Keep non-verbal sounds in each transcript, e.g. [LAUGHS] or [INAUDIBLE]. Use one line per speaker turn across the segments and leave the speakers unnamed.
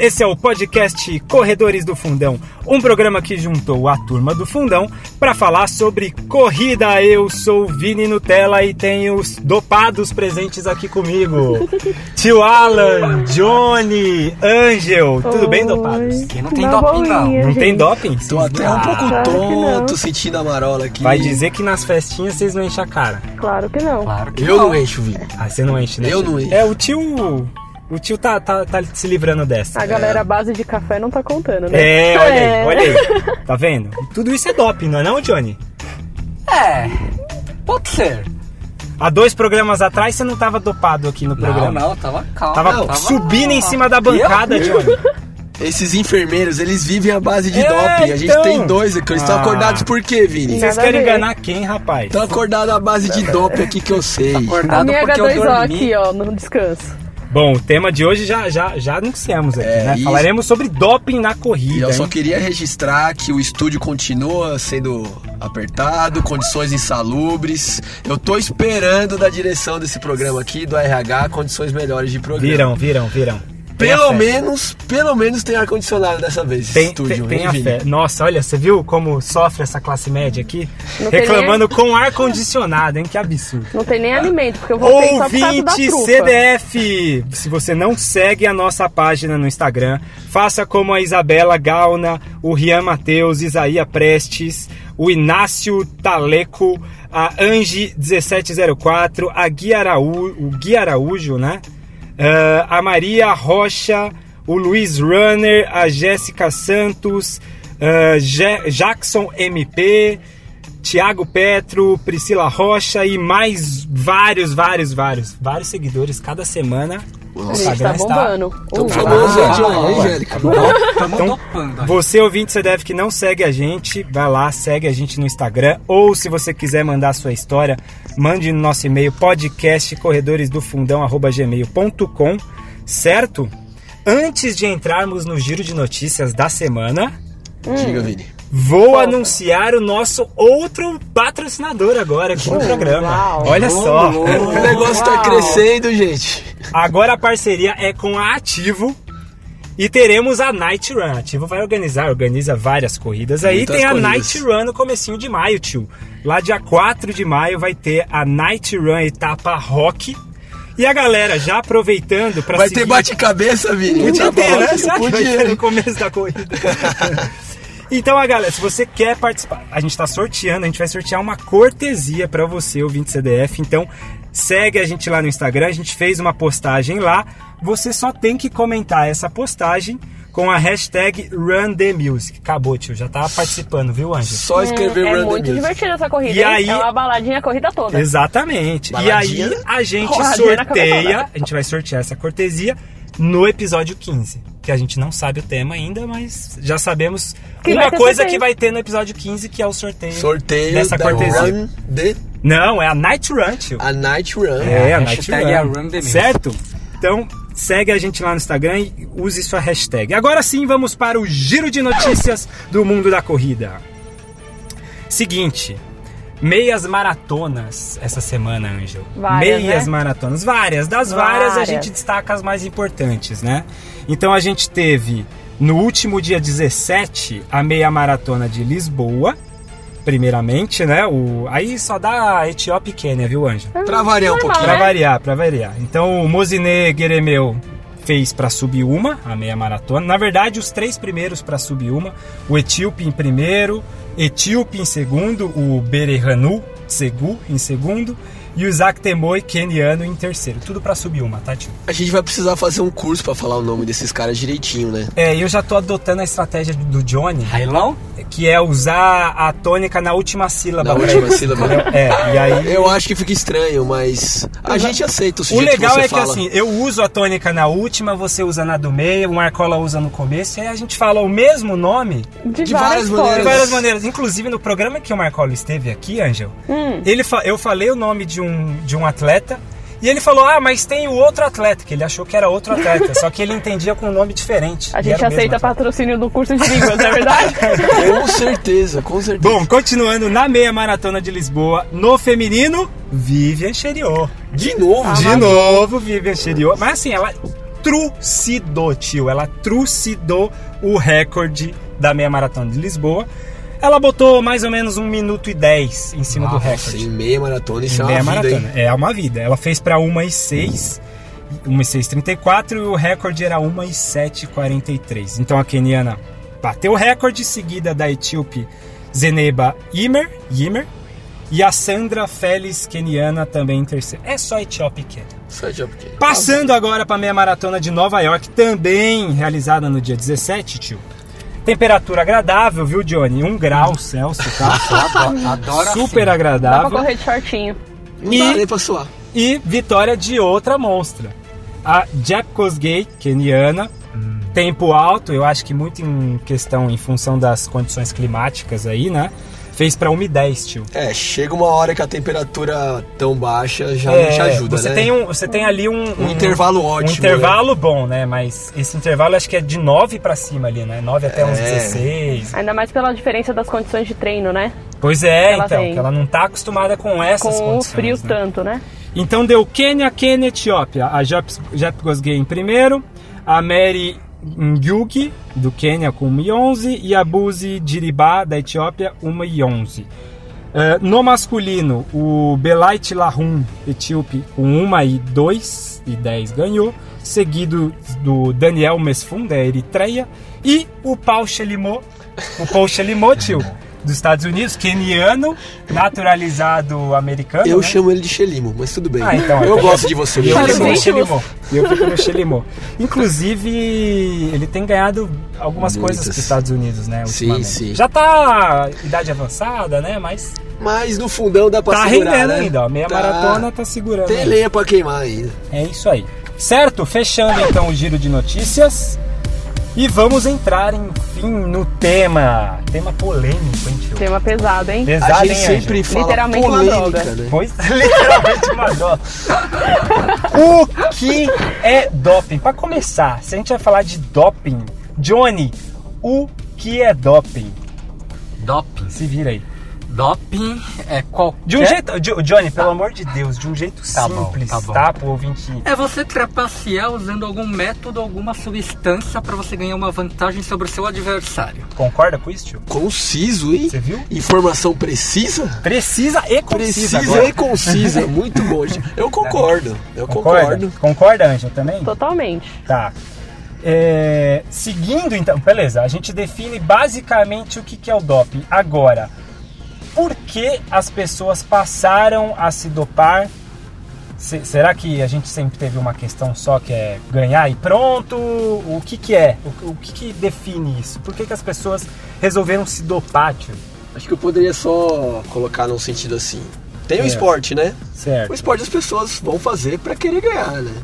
Esse é o podcast Corredores do Fundão, um programa que juntou a turma do Fundão para falar sobre corrida. Eu sou o Vini Nutella e tenho os dopados presentes aqui comigo.
[LAUGHS]
Tio Alan, Johnny, Angel, tudo bem, dopados?
Porque não tem doping, não.
Não tem doping?
Tô até um pouco
claro que não.
tonto, sentindo a marola aqui.
Vai dizer que nas festinhas vocês não enchem a cara.
Claro que não.
Claro que
Eu não encho, Vini.
Ah, você não enche, né?
Eu não encho.
É, o tio. O tio tá, tá, tá se livrando dessa.
A galera à base de café não tá contando, né?
É, olha aí, olha aí. Tá vendo? Tudo isso é doping, não é não, Johnny?
É. Pode ser.
Há dois programas atrás você não tava dopado aqui no
Não,
programa.
não, tava calmo.
Tava subindo em cima da bancada,
Eu?
Johnny.
Esses enfermeiros, eles vivem à base de
É,
doping. A gente
então.
tem dois aqui. Eles estão
Ah.
acordados por quê, Vini?
Vocês
Nada
querem
a ver.
enganar quem, rapaz?
Estão acordados à base de doping aqui que eu sei.
A
Acordado
minha
porque eu
H2O
dormi.
aqui, ó, no descanso.
Bom, o tema de hoje já, já, já anunciamos aqui,
É,
né?
isso.
Falaremos sobre doping na
E
corrida.
eu só
hein?
queria registrar que o estúdio continua sendo apertado, condições insalubres. Eu tô esperando da direção desse programa aqui, do RH, condições melhores de programa.
Viram, viram, viram. Tenha
Pelo
fé.
menos, pelo menos tem ar-condicionado dessa vez. esse
Tem, tem,
estúdio,
tem
hein,
a
Vini?
fé. Nossa, olha, você viu como sofre essa classe média aqui?
Não tem
Reclamando com ar-condicionado, hein? Que absurdo.
Não tem nem alimento, porque eu voltei só por causa da
Ouvinte
trufa.
CDF! Se você não segue a nossa página no Instagram, faça como a Isabela Gauna, o Rian Matheus, Isaías Prestes, o Inácio Taleco, a Ange1704, a Gui Araújo, o Gui Araújo, né? Ah, a Maria Rocha, o Luiz Runner, a Jéssica Santos, ah, Je- Jackson MP, Tiago Petro, Priscila Rocha e mais vários, vários, vários, vários seguidores cada semana.
A gente tá bombando. Uh,
famoso,
Ah,
Angel,
ah,
Angélica.
Tamo
Então,
dopando.
Você ouvinte CDF que não segue a gente, vai lá, segue a gente no Instagram. Ou se você quiser mandar sua história, mande no nosso e-mail podcast corredoresdofundão.gmail.com, certo? Antes de entrarmos no giro de notícias da semana,
Diga, Vini.
Vou anunciar o nosso outro patrocinador agora aqui no programa.
uau.
Olha só.
O negócio tá
Uau.
crescendo, gente.
Agora a parceria é com a Ativo e teremos a Night Run. A Ativo vai organizar, organiza várias corridas. Aí
Muitas
tem a
corridas.
Night Run no comecinho de maio, tio. Lá dia 4 de maio vai ter a Night Run etapa rock. E a galera já aproveitando para
Vai ter bate-cabeça, Vini.
Podia
Tá
ter,
bom,
né?
aqui,
Será que vai ter
Podia.
no começo da corrida? [LAUGHS] Então, a galera, se você quer participar, a gente tá sorteando, a gente vai sortear uma cortesia pra você, ouvinte CDF. Então, segue a gente lá no Instagram, a gente fez uma postagem lá. Você só tem que comentar essa postagem com a hashtag RunTheMusic. Acabou, tio, já tá participando, viu, Anjo?
Só escrever
é
Run the
muito
Music.
divertida essa corrida,
E
hein?
aí-
É uma baladinha a corrida toda.
Exatamente.
Baladinha.
E aí, a gente
Baladinha Né? na
sorteia,
cabeçada.
a gente vai sortear essa cortesia no episódio 15, que a gente não sabe o tema ainda, mas já sabemos
Que
uma
vai ter
coisa
sorteio.
que vai ter no episódio 15, que é o sorteio,
Sorteio
dessa
da
cortesia.
Run the...
Não, é a Night Run, tio.
A Night Run.
É, a Night
hashtag é Run the
Run.
News.
Certo? Então, segue a gente lá no Instagram e use sua hashtag. Agora sim, vamos para o giro de notícias do mundo da corrida. Seguinte, meias maratonas essa semana, Ângelo.
Várias,
Meias
né?
maratonas, várias. Das várias, a
Várias.
gente destaca as mais importantes, né? Então, a gente teve no último dia 17 a meia maratona de Lisboa. Primeiramente, né? O... Aí só dá a Etiópia e Quênia, viu, Ângelo?
Pra variar um
É Normal,
pouquinho.
Pra
né?
variar, pra variar. Então o Mozine Gueremeu fez pra subir uma, a meia maratona. Na verdade, os três primeiros pra subir uma. O Etíope em primeiro, Etíope em segundo, o Berehanu Segu em segundo E o Isaac Temoi, keniano, em terceiro. Tudo pra subir uma, tá, tio?
A gente vai precisar fazer um curso pra falar o nome desses caras direitinho, né?
É, eu já tô adotando a estratégia do Johnny,
Railão?
que é usar a tônica na última sílaba.
Na
pra
última
ele.
sílaba.
[LAUGHS] É, e aí...
Eu acho que fica estranho, mas a gente aceita o
O
sujeito
legal
que você
é que
fala.
assim, eu uso a tônica na última, você usa na do meio, o Marcola usa no começo, e aí a gente fala o mesmo nome
De,
De várias
várias,
de
formas.
maneiras.
várias maneiras. Inclusive no programa que o Marcola esteve aqui, Ângel,
Hum.
ele fa- eu falei o nome de um, de um atleta. E ele falou, ah, mas tem o outro atleta, que ele achou que era outro atleta, [LAUGHS] só que ele entendia com um nome diferente.
A
e
gente
era o mesmo
aceita
atleta.
patrocínio do curso de línguas, não é verdade?
Com certeza, com certeza.
Bom, continuando na meia maratona de Lisboa, no feminino, Vivian Cheriot.
de novo,
De novo, Vivian Cheriot. Mas assim, ela trucidou, tio. Ela trucidou o recorde da meia maratona de Lisboa. Ela botou mais ou menos 1 minuto e 10 em cima do
Nossa,
recorde.
em meia maratona, isso é uma
meia
vida,
maratona.
hein?
É uma vida. Ela fez pra 1 e 6. 1 e 6,34 e o recorde era 1 e 7,43. Então a keniana bateu o recorde, seguida da etíope Zeneba Ymer, Ymer e a Sandra Félix, keniana, também em terceiro. É só etíope e quênia.
Só de porque-
Passando agora para a meia maratona de Nova York, também realizada no dia 17, tio. Temperatura agradável, viu, Johnny? Um grau Celsius,
[LAUGHS]
tá?
Adoro, adoro
Super
assim.
Dá pra
agradável.
correr de shortinho.
Não dá
E-
nem pra suar.
E vitória de outra monstra. A Jep Kosgei, keniana. Tempo alto, eu acho que muito em questão, em função das condições climáticas aí, né? Fez pra 1,10, tio.
É, chega uma hora que a temperatura tão baixa já
É,
não te ajuda,
você
né?
Tem um, você tem ali um,
Um intervalo ótimo,
Um intervalo bom, né? Mas esse intervalo acho que é de 9 pra cima ali, né? 9 até uns
É.
16.
Ainda mais pela diferença das condições de treino, né?
Pois é,
Ela
então,
tem.
que ela não tá acostumada com essas
Com o
condições.
frio
né?
tanto, né?
Então deu Quênia, Quênia, Etiópia. A Japs- Jap Gosgay em primeiro, a Mary Ngugi, do Quênia, com 1,11 e a Buzi Diribá, da Etiópia, 1,11. Eh, no masculino, o Belait Lahum, etíope, com 1 e 2 e 10 ganhou, seguido do Daniel Mesfun, da Eritreia, e o Paul Chelimot, o Paul Chelimot, tio, dos Estados Unidos, queniano, naturalizado americano.
é. Eu
né?
chamo ele de Xelimo, mas tudo bem.
Ah, então,
eu
então-
gosto de você,
E eu
Parabéns,
fico no
Lúcio.
Xelimon. E eu fico no Xelimon. Inclusive, ele tem ganhado algumas
Muitas.
coisas dos Estados Unidos, né?
Sim,
Ultimamente.
sim.
Já tá idade avançada, né? Mas
Mas no fundão dá pra
tá
segurar,
rendendo
né?
ainda, ó. Meia
Tá.
maratona tá segurando.
Tem
ainda.
lenha pra queimar ainda.
É isso aí. Certo? Fechando então o giro de notícias. E vamos entrar, enfim, no tema. Tema polêmico, hein, tio?
Tema pesado, hein?
a
Pesado,
gente
hein,
sempre
Ângelo?
fala
Literalmente uma
polêmica,
droga.
né?
Pois [LAUGHS] literalmente uma droga. O que é doping? Para começar, se a gente vai falar de doping, Johnny, o que é doping?
Doping.
Se vira aí.
Doping é qualquer...
De um jeito, Jo- Johnny,
Tá.
pelo amor de Deus, de um jeito
Tá bom,
simples,
tá bom.
tá? Pro ouvinte.
É você trapacear usando algum método, alguma substância para você ganhar uma vantagem sobre o seu adversário.
Concorda com isso, tio?
Conciso, hein?
Você viu?
Informação precisa?
Precisa e concisa.
Precisa
agora.
e concisa. Muito bom. gente. Eu concordo. Eu concordo.
Concorda, Concorda Ângelo, também?
Totalmente.
Tá. É, seguindo então, beleza, a gente define basicamente o que, que é o doping. Agora, por que as pessoas passaram a se dopar? Se- será que a gente sempre teve uma questão só que é ganhar e pronto? O que, que é? O, o que, que define isso? Por que, que as pessoas resolveram se dopar, tio?
Acho que eu poderia só colocar num sentido assim. Tem o
É.
esporte, né? O
Certo.
esporte as pessoas vão fazer pra querer ganhar, né?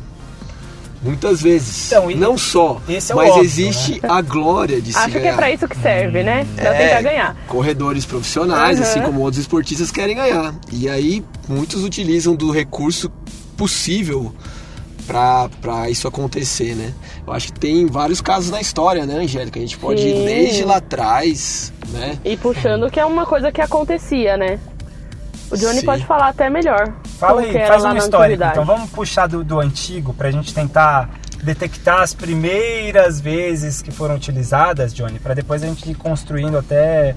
Muitas vezes.
Então, e-
não só,
esse é o
mas
óbvio,
existe a glória de se
Acho
ganhar.
que é pra isso que serve, né? Pra
É.
tentar ganhar.
Corredores profissionais,
Aham.
assim como outros esportistas, querem ganhar. E aí, muitos utilizam do recurso possível pra pra isso acontecer, né? Eu acho que tem vários casos na história, né, Angélica? A gente pode ir
Sim.
desde lá atrás, né?
E puxando que é uma coisa que acontecia, né? O Johnny
Sim.
pode falar até melhor.
Fala
como que
aí,
era
faz
lá
uma
na
história.
antiguidade.
Então vamos puxar do, do antigo pra gente tentar detectar as primeiras vezes que foram utilizadas, Johnny, pra depois a gente ir construindo até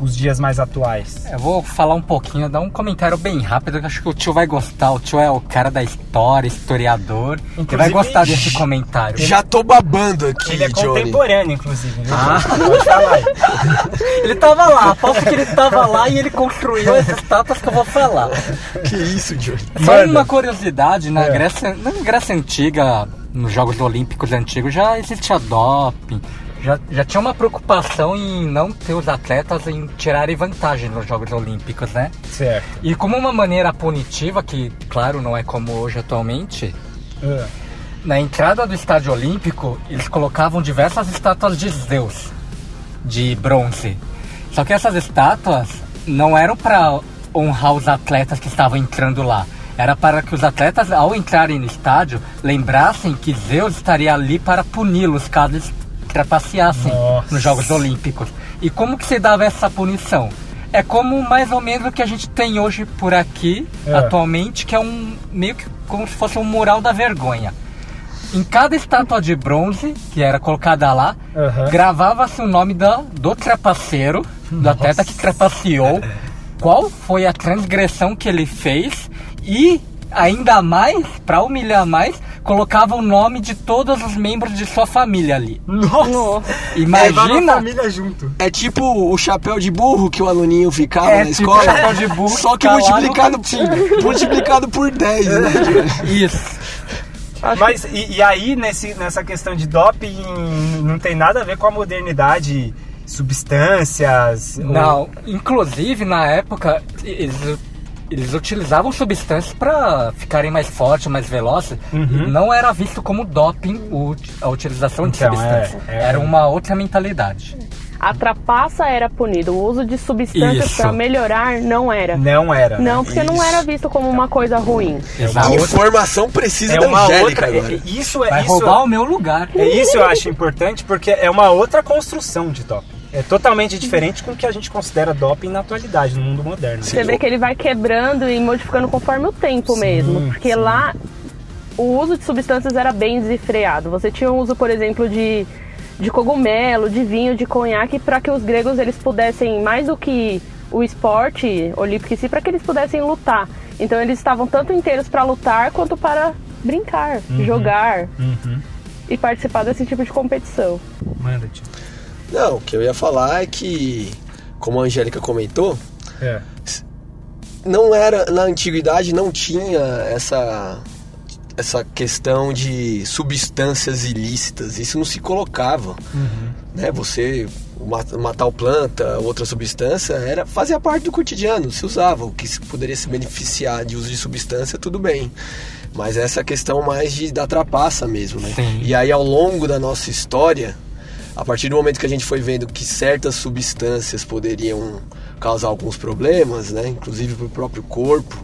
os dias mais atuais?
Eu vou falar um pouquinho, dar um comentário bem rápido, que acho que o tio vai gostar. O tio é o cara da história, historiador. Ele vai
Inclusive,
gostar desse comentário.
Já tô babando aqui,
Ele é
Johnny.
contemporâneo, inclusive. Viu?
Ah.
Pode falar aí.
Ele tava lá, aposto que ele tava lá e ele construiu as estátuas que eu vou falar.
Que isso, Johnny?
Só
Manda.
uma curiosidade, na
É.
Grécia, na Grécia Antiga, nos Jogos Olímpicos Antigos, já existia doping, já, já tinha uma preocupação em não ter os atletas em tirarem vantagem nos Jogos Olímpicos, né? [LAUGHS]
Certo.
E como uma maneira punitiva, que claro não é como hoje atualmente,
Ah,
na entrada do estádio olímpico eles colocavam diversas estátuas de Zeus, de bronze. Só que essas estátuas não eram para honrar os atletas que estavam entrando lá. Era para que os atletas, ao entrarem no estádio, lembrassem que Zeus estaria ali para puni-los caso eles trapaceassem
Nossa.
nos Jogos Olímpicos. E como que se dava essa punição? É como mais ou menos o que a gente tem hoje por aqui,
É.
atualmente, que é um meio que como se fosse um mural da vergonha. Em cada estátua de bronze que era colocada lá,
Aham.
gravava-se o nome da, do trapaceiro, do atleta que trapaceou, qual foi a transgressão que ele fez e, ainda mais, para humilhar mais, colocava o nome de todos os membros de sua família ali.
Nossa! Levaram a
Imagina!
É, família junto.
É tipo o chapéu de burro que o aluninho ficava
É
na
tipo
escola.
chapéu de burro
só que
ficar lá
multiplicado, né?
no cantinho.
multiplicado por 10, né, Johnny?
Isso.
Acho
Mas e, e aí, nesse, nessa questão de doping, não tem nada a ver com a modernidade, substâncias. ou-
Não, inclusive na época e- eles, eles utilizavam substâncias para ficarem mais fortes, mais velozes.
Uhum.
Não era visto como doping o- a utilização de
Então,
substâncias.
é, é.
Era uma outra mentalidade.
A trapaça era punida. O uso de substâncias
Isso.
pra melhorar não era.
Não era. né?
Não, porque não
Isso.
era visto como uma coisa ruim.
Exato.
Informação precisa
É
da
uma
Angélica
outra.
agora.
é- Isso é
Vai
isso.
roubar o meu lugar.
É isso eu acho importante porque é uma outra construção de doping. É totalmente diferente com o que a gente considera doping na atualidade, no mundo moderno.
Sim.
Você vê que ele vai quebrando e modificando conforme o tempo mesmo. Porque lá o uso de substâncias era bem desenfreado. Você tinha o uso, por exemplo, de, de cogumelo, de vinho, de conhaque, para que os gregos eles pudessem, mais do que o esporte olímpico em si, para que eles pudessem lutar. Então eles estavam tanto inteiros para lutar quanto para brincar, jogar
Uhum.
e participar desse tipo de competição.
Manda, tio.
Não, o que eu ia falar é que, como a Angélica comentou,
É.
não era na antiguidade não tinha essa essa questão de substâncias ilícitas isso não se colocava né você mat- matar planta outra substância era fazia parte do cotidiano se usava o que se poderia se beneficiar de uso de substância tudo bem mas essa questão mais de da trapaça mesmo né
Sim.
e aí ao longo da nossa história a partir do momento que a gente foi vendo que certas substâncias poderiam causar alguns problemas, né? Inclusive para o próprio corpo.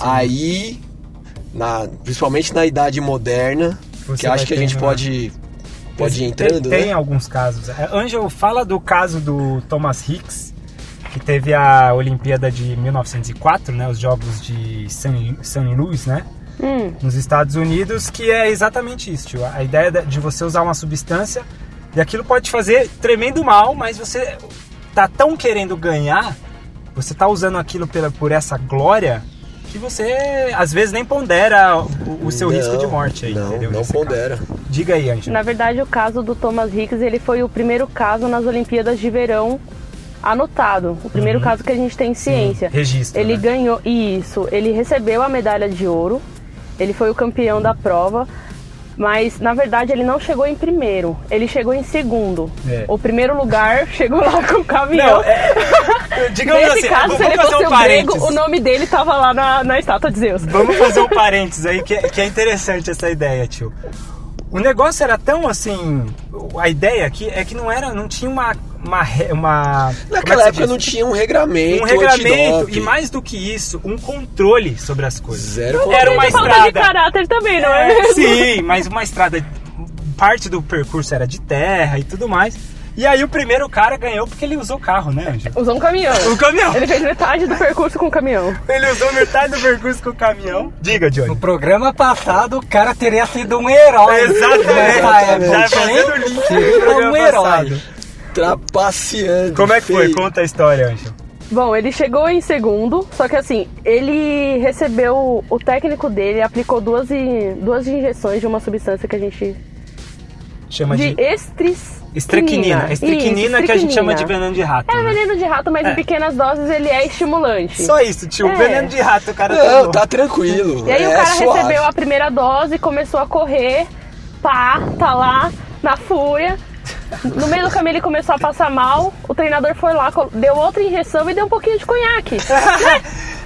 Aí, na- principalmente na idade moderna,
Você
que acho
vai
que a gente
tendo, né?
pode, pode ir
Tem-
entrando,
Tem,
né?
alguns casos. É, Ângelo, fala do caso do Thomas Hicks, que teve a Olimpíada de 1904, né? Os Jogos de San, San Luis, né?
Hum.
Nos Estados Unidos, que é exatamente isso, tio. A ideia da- de você usar uma substância e aquilo pode te fazer tremendo mal, mas você tá tão querendo ganhar, você tá usando aquilo pela, por essa glória que você às vezes nem pondera o, o seu
Não,
risco de morte aí,
Não,
entendeu?
não
Nesse
pondera.
caso. Diga aí, Ângelo.
Na verdade, o caso do Thomas Hicks, ele foi o primeiro caso nas Olimpíadas de Verão anotado, o primeiro caso que a gente tem ciência.
Uhum. Registro.
Ele
né?
ganhou isso, ele recebeu a medalha de ouro, ele foi o campeão da prova, mas na verdade ele não chegou em primeiro, ele chegou em segundo.
É.
O primeiro lugar [LAUGHS] chegou lá com o caminhão.
Não, é, [LAUGHS] digamos
Nesse
assim,
caso,
vamos
se ele
fazer
fosse
um
o grego,
parênteses.
o nome dele tava lá na, na estátua de Zeus.
Vamos fazer um parênteses aí, que é, que é interessante essa ideia, tio. O negócio era tão assim. A ideia aqui é que não era, não tinha uma. uma, re- uma como é que
Naquela
se
época
diz?
não tinha um regramento,
um regramento
antidoping.
e mais do que isso, um controle sobre as coisas.
Zero
Era
controle.
uma
Falta de
estrada.
caráter também, não é?
[LAUGHS]
É, sim, mas uma estrada. Parte do percurso era de terra e tudo mais. E aí o primeiro cara ganhou porque ele usou o carro, né,
[LAUGHS]
Ângelo?
[LAUGHS] Usou um caminhão.
O caminhão!
Ele fez metade do percurso com o caminhão.
Ele usou metade do percurso com o caminhão. Diga,
No
Johnny.
progrado, passado, o cara teria sido um herói.
Exatamente.
Nessa época,
Já fazendo
hein?
link
Seria
com o
um
programa
herói.
passado.
Trapaceando.
Como é que foi?
feio.
Conta a história, Ângelo.
Bom, ele chegou em segundo, só que assim, ele recebeu. O técnico dele aplicou duas, i- duas injeções de uma substância que a gente.
Chama de,
de estris.
estrequinina.
Isso,
Estrequinina que a gente chama de
estricnina.
veneno de rato.
É
né?
veneno de rato, mas
É.
em pequenas doses ele é estimulante.
Só isso, tio.
É.
Veneno de rato, o cara
Não,
tomou.
tá tranquilo.
E aí
é
o cara
suave.
recebeu a primeira dose, começou a correr, pá, tá lá, na fúria. No meio do caminho ele começou a passar mal, o treinador foi lá, col- deu outra injeção e deu um pouquinho de conhaque.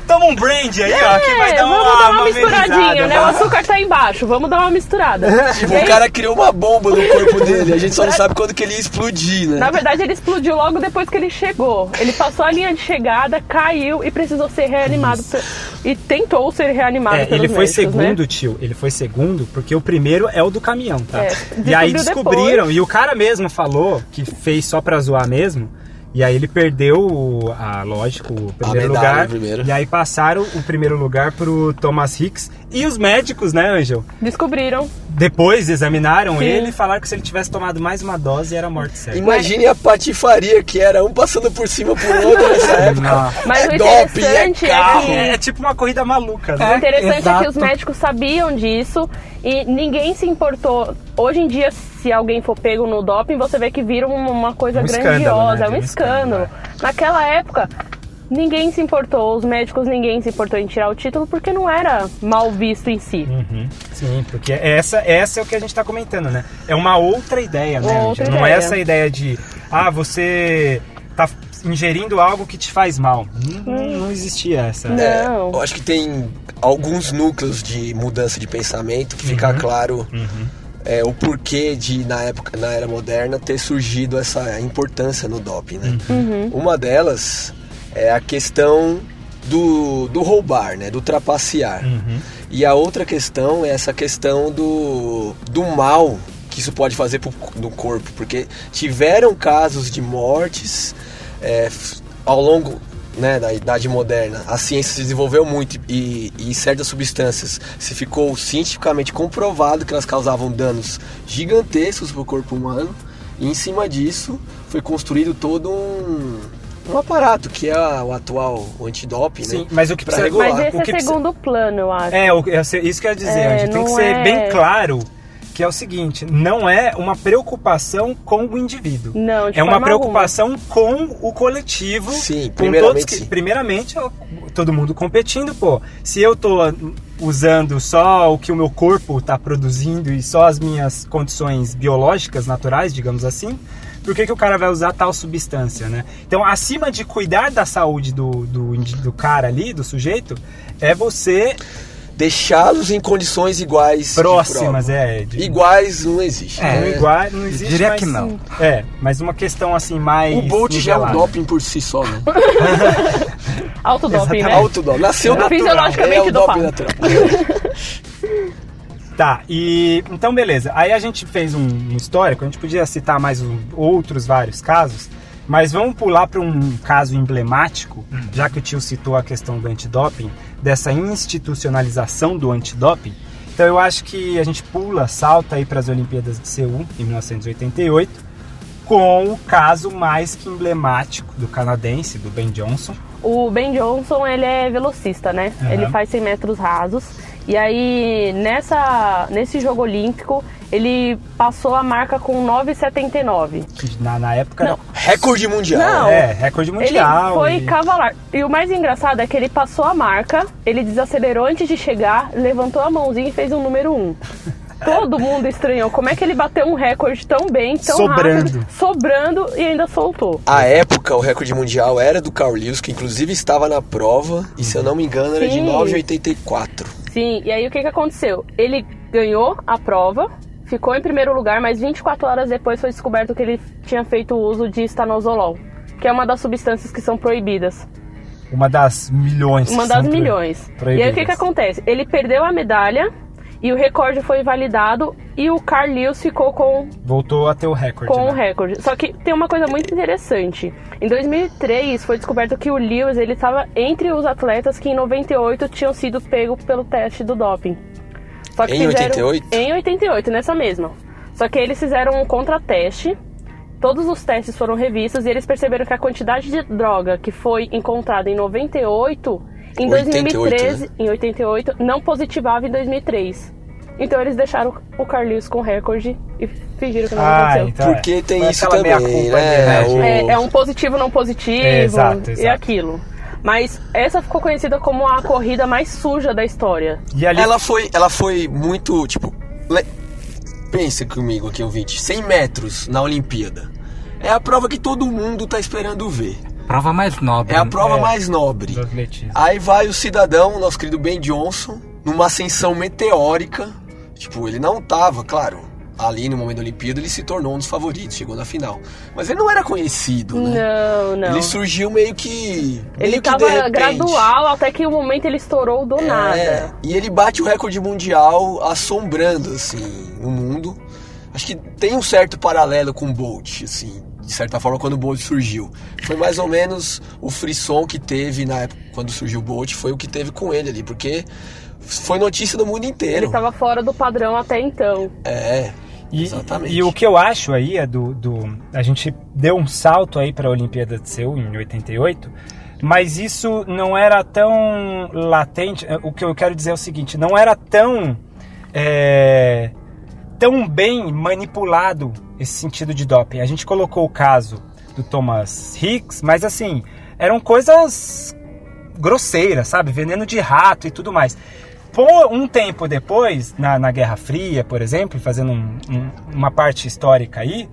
Toma um brand aí, ó, que vai
É,
dar uma,
vamos dar uma,
amenizada,
misturadinha, né? O
vai.
açúcar tá embaixo, vamos dar
[LAUGHS]
uma misturada.
Tipo,
E aí,
o cara criou uma bomba no corpo dele. A gente só não sabe quando que ele ia explodir, né?
Na verdade, ele explodiu logo depois que ele chegou. Ele passou a linha de chegada, caiu e precisou ser reanimado. pe- E tentou ser reanimado.
É,
pelos
ele foi
médicos,
segundo,
Né?
tio. Ele foi segundo, porque o primeiro é o do caminhão, tá?
É,
e aí
descobriu
descobriram, e o cara mesmo falou que fez só pra zoar mesmo. E aí ele perdeu, o- a, lógico, o primeiro
medalha,
lugar.
o primeiro.
E aí passaram o primeiro lugar pro Thomas Hicks. E os médicos, né, Ângel?
Descobriram.
Depois examinaram
Sim.
ele e falaram que se ele tivesse tomado mais uma dose, era morte certa.
Imagine a patifaria que era um passando por cima pro outro
[LAUGHS]
nessa época.
Mas
é
o
dope, é
interessante é
carro.
que-
É, é tipo uma corrida maluca,
O
né?
interessante é que os
exato.
médicos sabiam disso e ninguém se importou. Hoje em dia, se alguém for pego no doping, você vê que vira um- uma coisa
Um escândalo,
grandiosa,
né?
é um
Vira um escândalo,
escândalo. Naquela época, ninguém se importou, os médicos ninguém se importou em tirar o título porque não era mal visto em si.
Uhum, Sim, porque essa, essa é o que a gente está comentando, né? É uma outra ideia, né?
Outra
Ângela? Não é
ideia.
essa ideia de, ah, você tá ingerindo algo que te faz mal. Não, não existia essa.
É,
Hum. Não.
eu acho que tem alguns núcleos de mudança de pensamento que fica claro é, o porquê de, na época, na era moderna, ter surgido essa importância no doping, né?
Uhum.
Uma delas é a questão do, do roubar, né? Do trapacear.
Uhum.
E a outra questão é essa questão do, do mal que isso pode fazer pro, no corpo, porque tiveram casos de mortes é, f- ao longo né, da idade moderna. A ciência se desenvolveu muito e, e certas substâncias se ficou cientificamente comprovado que elas causavam danos gigantescos para o corpo humano. E em cima disso foi construído todo um, um aparato que é a- o atual o antidoping, né?
Sim, mas o que
Pra
precisa
regular.
Mas esse
o que
é
precisa-
segundo plano, eu acho.
É, o- eu sei- isso que eu ia dizer,
É,
Ângela, Tem que
não
ser
é-
bem claro que é o seguinte, não é uma preocupação com o indivíduo.
Não, de
É uma
forma
preocupação com o coletivo.
Sim,
com
primeiramente
todos que,
sim.
primeiramente, eu- todo mundo competindo, pô. Se eu tô ah, usando só o que o meu corpo tá produzindo e só as minhas condições biológicas, naturais, digamos assim, por que, que o cara vai usar tal substância, né? Então, acima de cuidar da saúde do, do, indi- do cara ali, do sujeito, é você
deixá-los em condições iguais. de
próximas,
prova.
é. de- É,
Iguais não existe.
não
né?
igual, não existe,
diria
mas-
que não.
É, mas uma questão assim mais.
O Bolt já é um
nivelada.
doping por si só, né?
Autodoping, né?
Alto doping. Nasceu natural.
Fisiologicamente
é o doping
dopado.
natural. [LAUGHS]
Tá, e então beleza. Aí a gente fez um, um histórico, a gente podia citar mais um- outros vários casos, mas vamos pular para um caso emblemático, já que o tio citou a questão do antidoping, dessa institucionalização do antidoping. Então eu acho que a gente pula, salta aí para as Olimpíadas de Seul em 1988, com o caso mais que emblemático do canadense, do Ben Johnson.
O Ben Johnson, ele é velocista, né?
Aham.
Ele faz 100 metros rasos. E aí, nessa, nesse jogo olímpico, ele passou a marca com 9,79.
que Na, na época era-
Recorde mundial.
Não.
é recorde
Ele
mundial.
foi
e-
cavalar. E o mais engraçado é que ele passou a marca, ele desacelerou antes de chegar, levantou a mãozinha e fez um
[LAUGHS]
número 1. Todo mundo estranhou. Como é que ele bateu um recorde tão bem, tão
Sobrando.
rápido, sobrando e ainda soltou.
À época, o recorde mundial era do Carl Lewis, que inclusive estava na prova, e se eu não me engano, era de
Sim.
9,84.
Sim, e aí o que, que aconteceu? Ele ganhou a prova, ficou em primeiro lugar, mas 24 horas depois foi descoberto que ele tinha feito o uso de estanozolol, que é uma das substâncias que são proibidas.
Uma das milhões.
Uma
que
das
são pro-
milhões. E aí
proibidas.
o que, que acontece? Ele perdeu a medalha e o recorde foi validado e o Carl Lewis ficou com
Voltou a ter o recorde.
com o
né?
recorde. Só que tem uma coisa muito interessante. Em 2003 foi descoberto que o Lewis ele estava entre os atletas que em 98 tinham sido pego pelo teste do doping. Só
Em 88?
Em 88, nessa mesma. Só que eles fizeram um contrateste Todos os testes foram revistos e eles perceberam que a quantidade de droga que foi encontrada em 98, em
88,
2013, em 88, não positivava em 2003. Então eles deixaram o Carlinhos com recorde e fingiram que não
Ah,
aconteceu.
então.
Porque
é.
tem
Foi
isso
aquela
também,
meia-culpa
né?
de-
O-
É, é um positivo não positivo
É, exato,
e
exato.
aquilo. Mas essa ficou conhecida como a corrida mais suja da história.
E ali
Ela foi, ela foi muito, tipo. le- Pensa comigo aqui, ouvinte. 100 metros na Olimpíada. É a prova que todo mundo tá esperando ver.
Prova mais nobre.
É a prova
É.
mais nobre.
do atletismo.
Aí vai o cidadão, nosso querido Ben Johnson, numa ascensão meteórica. Tipo, ele não tava, claro. Ali no momento da Olimpíada ele se tornou um dos favoritos, chegou na final. Mas ele não era conhecido, né?
Não, não.
Ele surgiu meio que. meio
Ele
que de
tava
repente.
gradual até que o momento ele estourou do
É,
nada.
e ele bate o recorde mundial assombrando, assim, o mundo. Acho que tem um certo paralelo com o Bolt, assim, de certa forma, quando o Bolt surgiu. Foi mais ou menos o frisson que teve na época, quando surgiu o Bolt, foi o que teve com ele ali, porque foi notícia no mundo
Ele
inteiro.
estava fora do padrão até então.
É, [LAUGHS]
E,
exatamente.
e o que eu acho aí é do, do. A gente deu um salto aí para a Olimpíada de Seul em 88, mas isso não era tão latente. O que eu quero dizer é o seguinte: não era tão. é, tão bem manipulado esse sentido de doping. A gente colocou o caso do Thomas Hicks, mas assim, eram coisas grosseiras, sabe? Veneno de rato e tudo mais. Por um tempo depois, na, na Guerra Fria, por exemplo, fazendo um- um- uma parte histórica aí,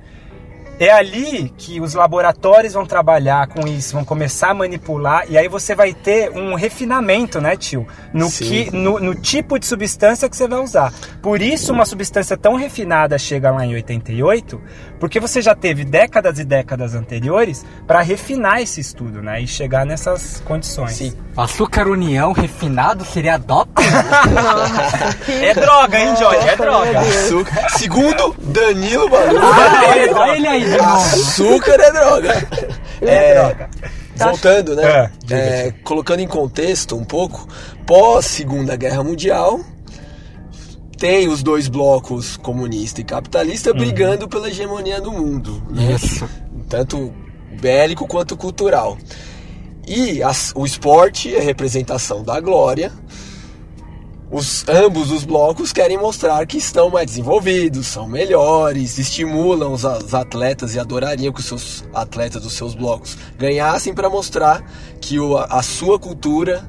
é ali que os laboratórios vão trabalhar com isso, vão começar a manipular, e aí você vai ter um refinamento, né, tio? No,
Sim.
que, no, no tipo de substância que você vai usar. Por isso, uma substância tão refinada chega lá em 88, porque você já teve décadas e décadas anteriores para refinar esse estudo, né? E chegar nessas condições.
Sim.
Açúcar união refinado seria doping?
É droga, hein, Jorge? É droga.
Açúcar. Segundo Danilo Barulho,
Ah,
é
ele- olha ele aí de novo.
açúcar é droga. [LAUGHS] É, droga. Voltando, né?
É, diga,
É, colocando em contexto um pouco, pós Segunda Guerra Mundial, tem os dois blocos comunista e capitalista
Uhum.
brigando pela hegemonia do mundo. né?
Isso.
Tanto bélico quanto cultural. E as- o esporte é representação da glória. Os, ambos os blocos querem mostrar que estão mais desenvolvidos, são melhores, estimulam os, a- os atletas e adorariam que os seus atletas dos seus blocos ganhassem para mostrar que o- a sua cultura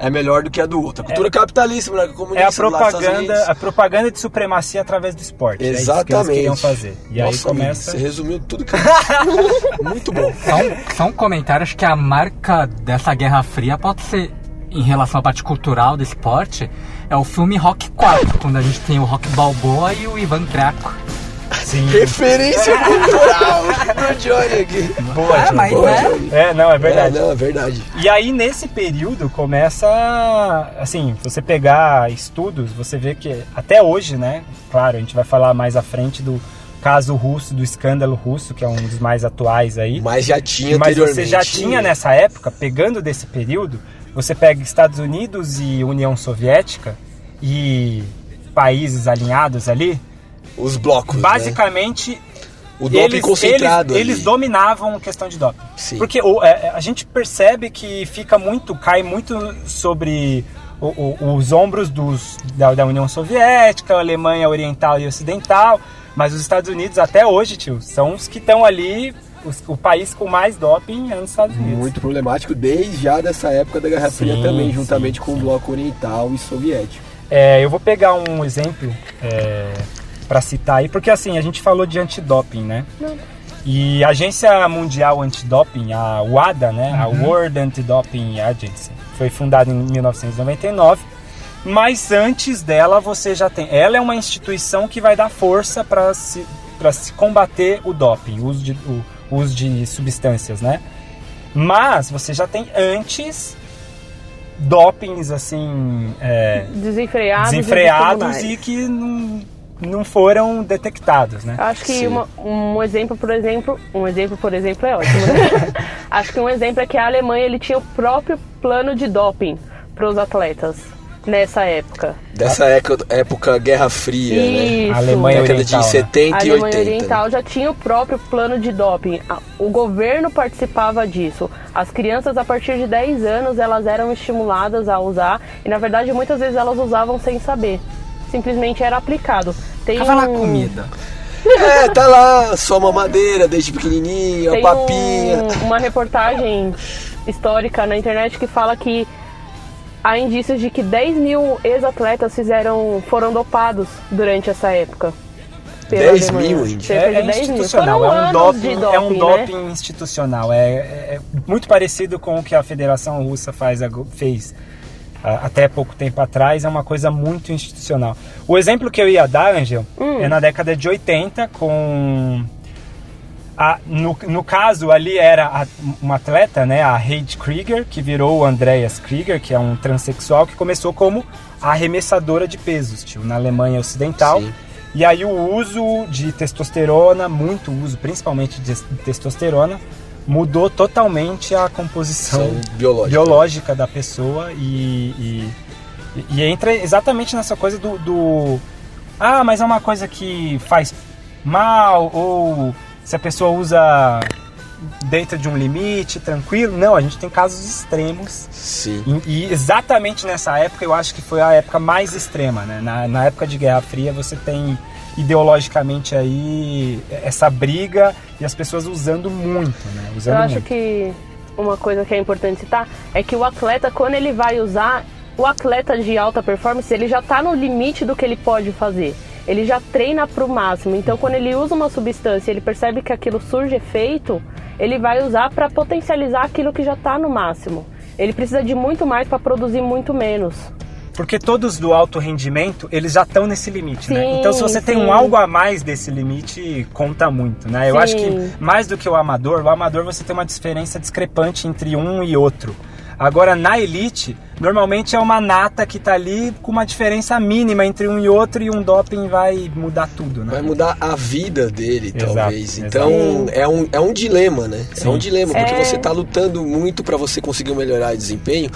é melhor do que a do outro. A cultura capitalista, né, a
É
comunista,
a
lá nos Estados Unidos.
propaganda, a propaganda de supremacia através do esporte. É isso que elas
Exatamente.
queriam fazer. E aí
Nossa, amigo,
começa.
Você resumiu tudo que.
[LAUGHS]
Muito bom.
Só um, só um comentário, acho que a marca dessa Guerra Fria pode ser, em relação à parte cultural do esporte, é o filme Rock 4, quando a gente tem o Rock Balboa e o Ivan Draco.
Sim.
Referência cultural do Johnny aqui.
Boa,
É,
Jorge.
mas
[LAUGHS] Boa,
é,
Johnny.
É, Ah, não, é
É,
verdade.
não, é verdade.
E aí, nesse período, começa. Assim, você pegar estudos, você vê que até hoje, né? Claro, a gente vai falar mais à frente do caso russo, do escândalo russo, que é um dos mais atuais aí.
Mas já tinha
Mas
anteriormente.
você já tinha né? nessa época, pegando desse período, você pega Estados Unidos e União Soviética e países alinhados ali,
Os blocos. né?
basicamente
O doping
eles,
concentrado.
eles, eles
ali.
dominavam a questão de doping.
Sim.
Porque o- é, a gente percebe que fica muito, cai muito sobre o- o- os ombros dos, da, da União Soviética, a Alemanha Oriental e Ocidental, mas os Estados Unidos até hoje, tio, são os que estão ali, os- o país com mais doping é nos Estados Unidos.
Muito problemático desde já dessa época da Guerra Fria
Sim,
também,
sim,
juntamente com o bloco oriental e soviético.
É, eu vou pegar um exemplo é, para citar aí, porque assim, a gente falou de antidoping, né? E a Agência Mundial Antidoping, a WADA, né? A World Anti-Doping Agency, foi fundada em 1999. Mas antes dela, você já tem. Ela é uma instituição que vai dar força para se, pra se combater o doping, o uso de, o uso de substâncias, né? Mas você já tem antes dopings assim é,
Desenfreados. e
desenfreados
tudo
e
mais.
que não, não foram detectados, né?
Acho que
Sim.
uma- um exemplo, por exemplo, um exemplo, por exemplo, é ótimo. Né?
[LAUGHS]
Acho que um exemplo é que a Alemanha ele tinha o próprio plano de doping para os atletas. nessa época.
Dessa época, época Guerra Fria, né?
Isso.
Alemanha
Década de
Oriental, né?
70
A
e 80.
Alemanha Oriental já tinha o próprio plano de doping. A- O governo participava disso. As crianças, a partir de 10 anos, elas eram estimuladas a usar. E, na verdade, muitas vezes elas usavam sem saber. Simplesmente era aplicado. Tem
Tava lá
um-
comida.
É, tá lá, sua mamadeira desde pequenininha,
Tem
papinha.
um- uma reportagem histórica na internet que fala que há indícios de que 10 mil ex-atletas fizeram, foram dopados durante essa época. pela
10
Alemanha.
mil, gente.
Cerca de 10 mil. Foram
é um
anos
doping,
de doping,
é um
né?
doping institucional. É, é muito parecido com o que a Federação Russa faz, ago- fez a- até pouco tempo atrás. É uma coisa muito institucional. O exemplo que eu ia dar, Angel,
Hum.
é na década de 80 com a- no, no caso ali era a- uma atleta, né, a Heidi Krieger, que virou o Andreas Krieger, que é um transexual que começou como arremessadora de pesos, tio, na Alemanha Ocidental.
Sim.
E aí o uso de testosterona, muito uso, principalmente de testosterona, mudou totalmente a composição
São biológicas.
biológica da pessoa e, e, e entra exatamente nessa coisa do, do ah, mas é uma coisa que faz mal ou se a pessoa usa dentro de um limite, tranquilo. Não, a gente tem casos extremos
Sim.
e, e exatamente nessa época, eu acho que foi a época mais extrema, né? Na, na época de Guerra Fria, você tem ideologicamente aí essa briga e as pessoas usando muito, né? Usando
Eu acho
muito.
que uma coisa que é importante citar é que o atleta, quando ele vai usar, o atleta de alta performance, ele já está no limite do que ele pode fazer. Ele já treina para o máximo. Então, quando ele usa uma substância, ele percebe que aquilo surge efeito, ele vai usar para potencializar aquilo que já está no máximo. Ele precisa de muito mais para produzir muito menos.
Porque todos do alto rendimento, eles já estão nesse limite, né?
Sim,
Então, se você tem
sim.
um algo a mais desse limite, conta muito, né? Eu
Sim.
acho que mais do que o amador, o amador você tem uma diferença discrepante entre um e outro. Agora, na elite, normalmente é uma nata que tá ali com uma diferença mínima entre um e outro e um doping vai mudar tudo, né?
Vai mudar a vida dele,
Exato,
talvez.
exato.
Então, é um, é um dilema, né? É um dilema, porque
É.
você tá lutando muito para você conseguir melhorar o desempenho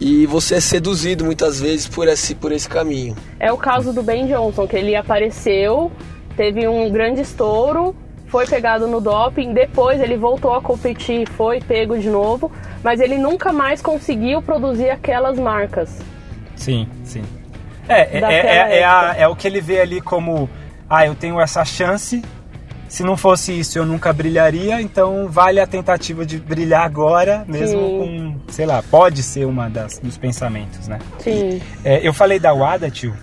e você é seduzido muitas vezes por esse, por esse caminho.
É o caso do Ben Johnson, que ele apareceu, teve um grande estouro, foi pegado no doping, depois ele voltou a competir, foi pego de novo, mas ele nunca mais conseguiu produzir aquelas marcas.
Sim, sim. É, é,
Daquela
é, é, é a-
época.
é o que ele vê ali como: ah, eu tenho essa chance, se não fosse isso eu nunca brilharia, então vale a tentativa de brilhar agora, mesmo
Sim.
com, sei lá, pode ser uma das, dos pensamentos, né?
Sim.
É, eu falei da WADA, tio,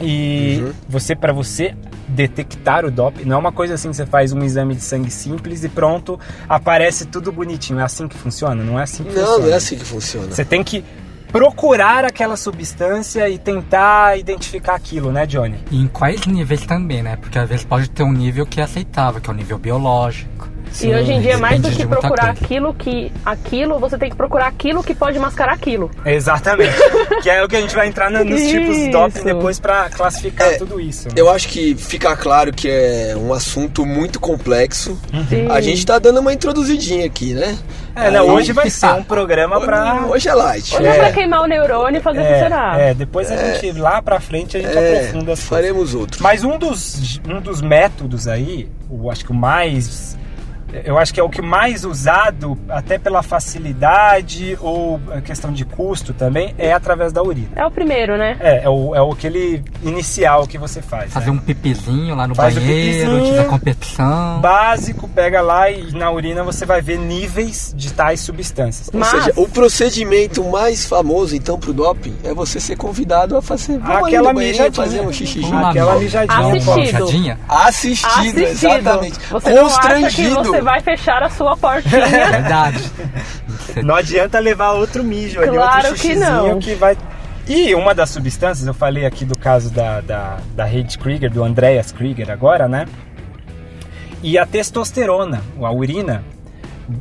e
Uhum.
você, para você detectar o doping, não é uma coisa assim que você faz um exame de sangue simples e pronto, aparece tudo bonitinho. É assim que funciona? Não é assim que
Não,
funciona.
não é assim que funciona.
Né. Você tem que procurar aquela substância e tentar identificar aquilo, né, Johnny?
E em quais níveis também, né? Porque às vezes pode ter um nível que é aceitável, que é o nível biológico.
e hoje em dia, é mais do
depende
que
de muita
procurar
coisa.
aquilo que. aquilo, você tem que procurar aquilo que pode mascarar aquilo.
Exatamente. [LAUGHS] que é o que a gente vai entrar no- nos tipos de doping
Isso.
depois pra classificar
É,
tudo isso. né?
Eu acho que fica claro que é um assunto muito complexo.
Sim.
A gente tá dando uma introduzidinha aqui, né?
Uhum. É, não,
Aí-
hoje vai ser um programa
Ah, Hoje-
pra.
Hoje é light.
Hoje é, pra queimar o neurônio e fazer funcionar.
é, é, depois a gente lá pra frente a gente aprofunda
É,
tá as coisas.
faremos outro.
Mas um dos, um dos métodos aí, eu acho que o mais. Eu acho que é o que mais usado, até pela facilidade ou a questão de custo também, é através da urina.
É o primeiro, né?
É, é o, é o aquele inicial que você faz.
Fazer
né?
um pipizinho lá no
Faz o
banheiro, antes da
pipizinho.
competição.
Básico, pega lá e na urina você vai ver níveis de tais substâncias.
Ou
Mas-
seja, o procedimento mais famoso, então, pro doping é você ser convidado a fazer vamos ali
Aquela
no banheiro
mijadinha.
fazer um xixi.
Vamos lá,
Aquela
meu.
mijadinha.
Dá uma
Assistido.
mijadinha.
Assistido,
Assistido.
exatamente.
Você não acha que
Constrangido.
você vai fechar a sua portinha
É Verdade.
[LAUGHS] Não adianta levar outro mijo ali,
Claro
outro
que
xixizinho
não.
que vai. E uma das substâncias, eu falei aqui do caso da, da, da Heidi Krieger, do Andreas Krieger agora, né? E a testosterona, a urina,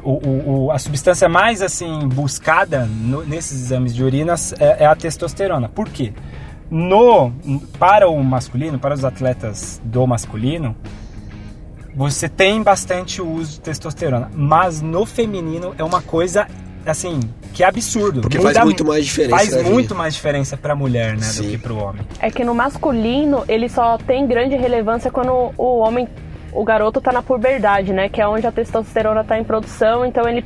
o, o- o- a substância mais assim buscada no- nesses exames de urinas é, é a testosterona. Por quê? No, para o masculino, para os atletas do masculino, você tem bastante uso de testosterona, mas no feminino é uma coisa assim que é absurdo.
Porque faz muito mais diferença,
Faz
né,
muito
Vini?
mais diferença pra mulher, né, do
Sim.
que pro homem.
É que no masculino ele só tem grande relevância quando o homem, o garoto tá na puberdade, né? Que é onde a testosterona tá em produção, então ele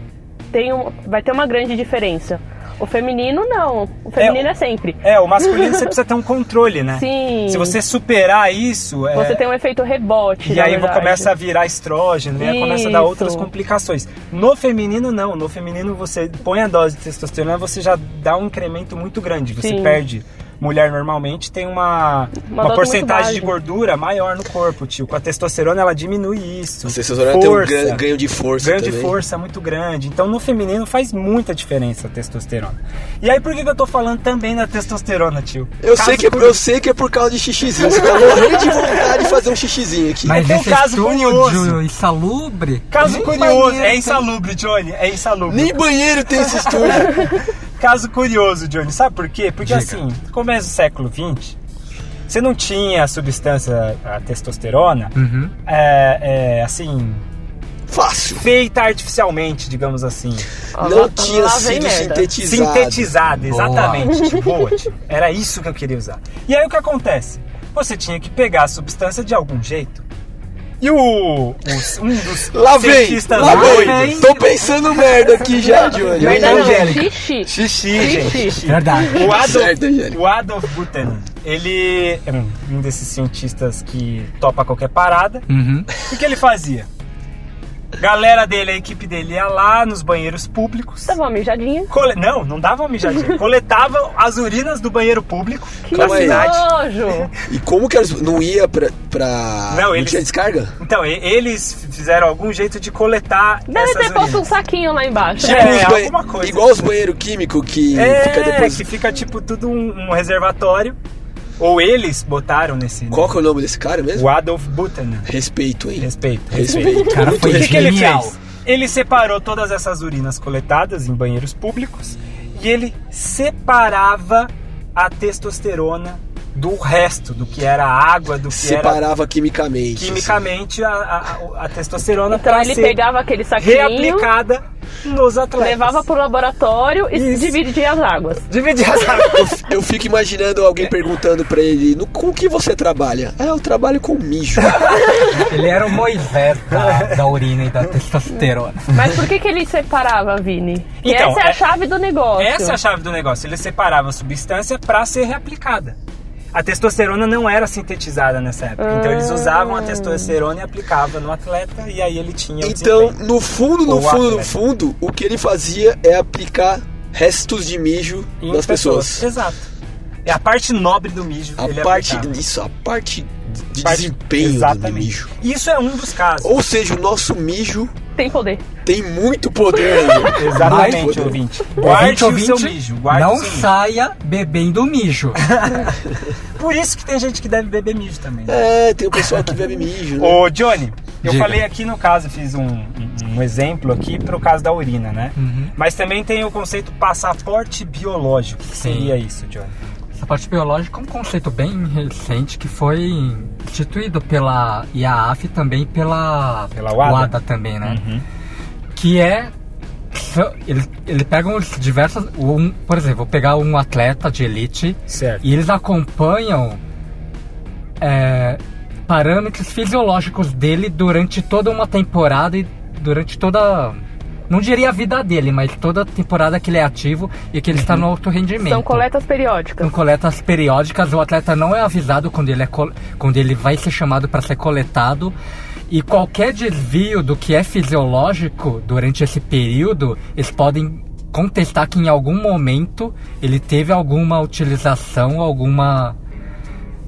tem um, vai ter uma grande diferença. O feminino não, o feminino é, sempre.
É, o masculino você precisa ter um controle, né?
Sim.
Se você superar isso, é,
Você tem um efeito rebote.
e
na
aí
verdade.
começa a virar estrógeno, né? começa a dar
Isso.
outras complicações. No feminino, não. No feminino, você põe a dose de testosterona, você já dá um incremento muito grande. Você
Sim.
perde. Mulher normalmente tem uma, uma,
dose muito
porcentagem de
baixa.
gordura maior no corpo, tio. Com a testosterona, ela diminui isso.
A testosterona tem um ganho, ganho de força
Ganho de
também.
força muito grande. Então, no feminino faz muita diferença a testosterona. E aí, por que, que eu tô falando também da testosterona, tio?
Eu
Caso
sei, que é,
por-
eu sei que é por causa de xixizinho. Você tá morrendo de vontade de fazer um xixizinho aqui.
Mas
É um
esse
caso
estúdio
curioso.
insalubre. Hum?
Caso
nem
curioso,
banheiro
é
tem.
insalubre, Johnny, é insalubre.
Nem banheiro tem esse estúdio.
Caso curioso, Johnny, sabe por quê? Porque assim, no começo do século XX, você não tinha a substância, a testosterona,
Uhum.
é, é, assim,
Fácil.
feita artificialmente, digamos assim.
Ó,
Não
lá-
tinha
lá vem
sido
merda.
sintetizado.
Sintetizada,
Boa.
exatamente. Tipo, boa, tipo. Era isso que eu queria usar. E aí o que acontece? Você tinha que pegar a substância de algum jeito. E o. os- um dos
Lá vem,
cientistas
lá vem.
doidos-
Tô pensando merda aqui já, Johnny.
Merda não,
Angélica.
xixi.
Xixi, gente. xixi.
Verdade.
O Adolf,
Tá Certo, Angélica.
o Adolf Buchanan, ele é um um desses cientistas que topa qualquer parada.
Uhum.
O que ele fazia? Galera dele, a equipe dele ia lá nos banheiros públicos.
Tava uma Tá mijadinha.
Cole... Não, não dava uma mijadinha. Coletava as urinas do banheiro público da
Calma aí.
cidade.
Nojo!
[LAUGHS]
E como que eles não ia pra. pra...
Não,
Não,
eles-
tinha descarga?
Então, e- eles fizeram algum jeito de coletar
Deve
essas
ter posto um
urinas.
saquinho lá embaixo.
É,
Tipo, os banhe-
alguma coisa. assim.
Igual os banheiros químicos que
É,
fica depois.
que fica tipo tudo um, um reservatório. Ou eles botaram nesse...
Qual que é o nome desse cara mesmo?
O Adolf Buchanan.
Respeito, hein?
Respeito.
Respeito.
cara
Muito
foi
O que, que
respeito.
ele
Genial.
fez? Ele separou todas essas urinas coletadas em banheiros públicos e ele separava a testosterona do resto, do que era água, do que era
Separava quimicamente. assim.
quimicamente a, a- a testosterona
Então
pra
ele
ser
pegava aquele saquinho,
reaplicada nos atletas.
levava pro laboratório e
Isso.
dividia as águas.
Dividir as águas.
Eu fico
[LAUGHS]
imaginando
É.
alguém perguntando pra ele, no, com que você trabalha? Ah, eu trabalho
[LAUGHS]
com mijo.
Ele era o Moisés da, da urina e da testosterona.
Mas por que, que ele separava, Vini? E
Então,
essa é a
é-
chave do negócio.
Essa é a chave do negócio. Ele separava a substância pra ser reaplicada. A testosterona não era sintetizada nessa época. Então eles
Ah.
usavam a testosterona e aplicavam no atleta e aí ele tinha o
Então,
desempenho.
no fundo, no
Ou
fundo, no
atleta.
fundo, o que ele fazia é aplicar restos de mijo
Em
nas pessoas.
Exato. É a parte nobre do mijo.
A
ele
parte
aplicava.
isso, a parte de
Parte-
desempenho do
Exatamente.
mijo.
Isso é um dos casos.
Ou seja, o nosso mijo
Tem poder.
tem muito poder.
[LAUGHS]
Angélica.
Exatamente,
Muito poder.
ouvinte. Guarde
Ouvinte,
o seu
ouvinte,
mijo. Guarde
não
o seu mijo.
saia bebendo mijo.
Por isso que tem gente que deve beber mijo também. né?
É, tem o pessoal que bebe mijo, né?
Ô, Johnny, eu
Diga.
falei aqui no caso, fiz um, um- um exemplo aqui pro caso da urina, né?
Uhum.
Mas também tem o conceito passaporte biológico. O que
Sim.
seria isso, Johnny?
Essa parte biológica é um conceito bem recente que foi instituído pela IAAF e também pela,
Pela Uhum. UADA.
também, né? Que é so- eles, eles pegam os diversos, um, por exemplo, vou pegar um atleta de elite
Certo.
e eles acompanham é, parâmetros fisiológicos dele durante toda uma temporada e durante toda não diria a vida dele, mas toda a temporada que ele é ativo e que ele está no alto rendimento.
Então.
São coletas
São
periódicas.
coletas periódicas, o atleta não é avisado quando ele, é col- quando ele vai ser chamado para ser coletado. E qualquer desvio do que é fisiológico durante esse período, eles podem contestar que em algum momento ele teve alguma utilização, alguma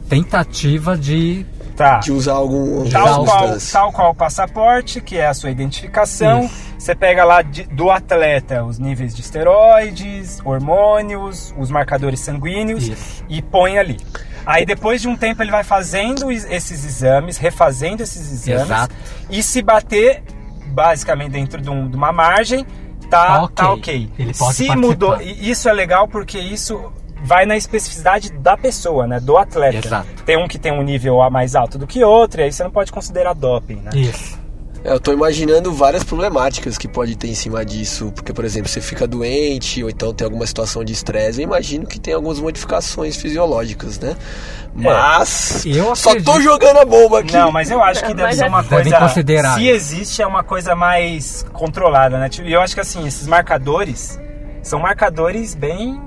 tentativa de.
Tá.
De usar algum
Tal
Exaustas.
qual,
substância.
tal qual o passaporte, que é a sua identificação. Você pega lá de- do atleta os níveis de esteroides, hormônios, os marcadores sanguíneos
Isso.
e põe ali. Aí depois de um tempo ele vai fazendo es- esses exames, refazendo esses exames.
Exato.
E se bater, basicamente dentro de, um- de uma margem, tá, ok.
Tá ok.
Tá ok.
Ele pode
se
participar.
mudou, e isso é legal porque isso vai na especificidade da pessoa, né? Do
É,
atleta.
Exato.
Tem um que tem um nível a mais alto do que outro, e aí você não pode considerar doping, né?
Isso.
É, Eu tô imaginando várias problemáticas que pode ter em cima disso, porque, por exemplo, você fica doente ou então tem alguma situação de estresse. Eu imagino que tem algumas modificações fisiológicas, né?
É.
Mas.
Eu
só tô
acredito.
jogando a bomba aqui.
Não, mas eu acho que deve
Mas
ser
é-
uma
Devem
coisa.
considerar.
Se existe, é uma coisa mais controlada, né? Tipo, E eu acho que assim, esses marcadores são marcadores bem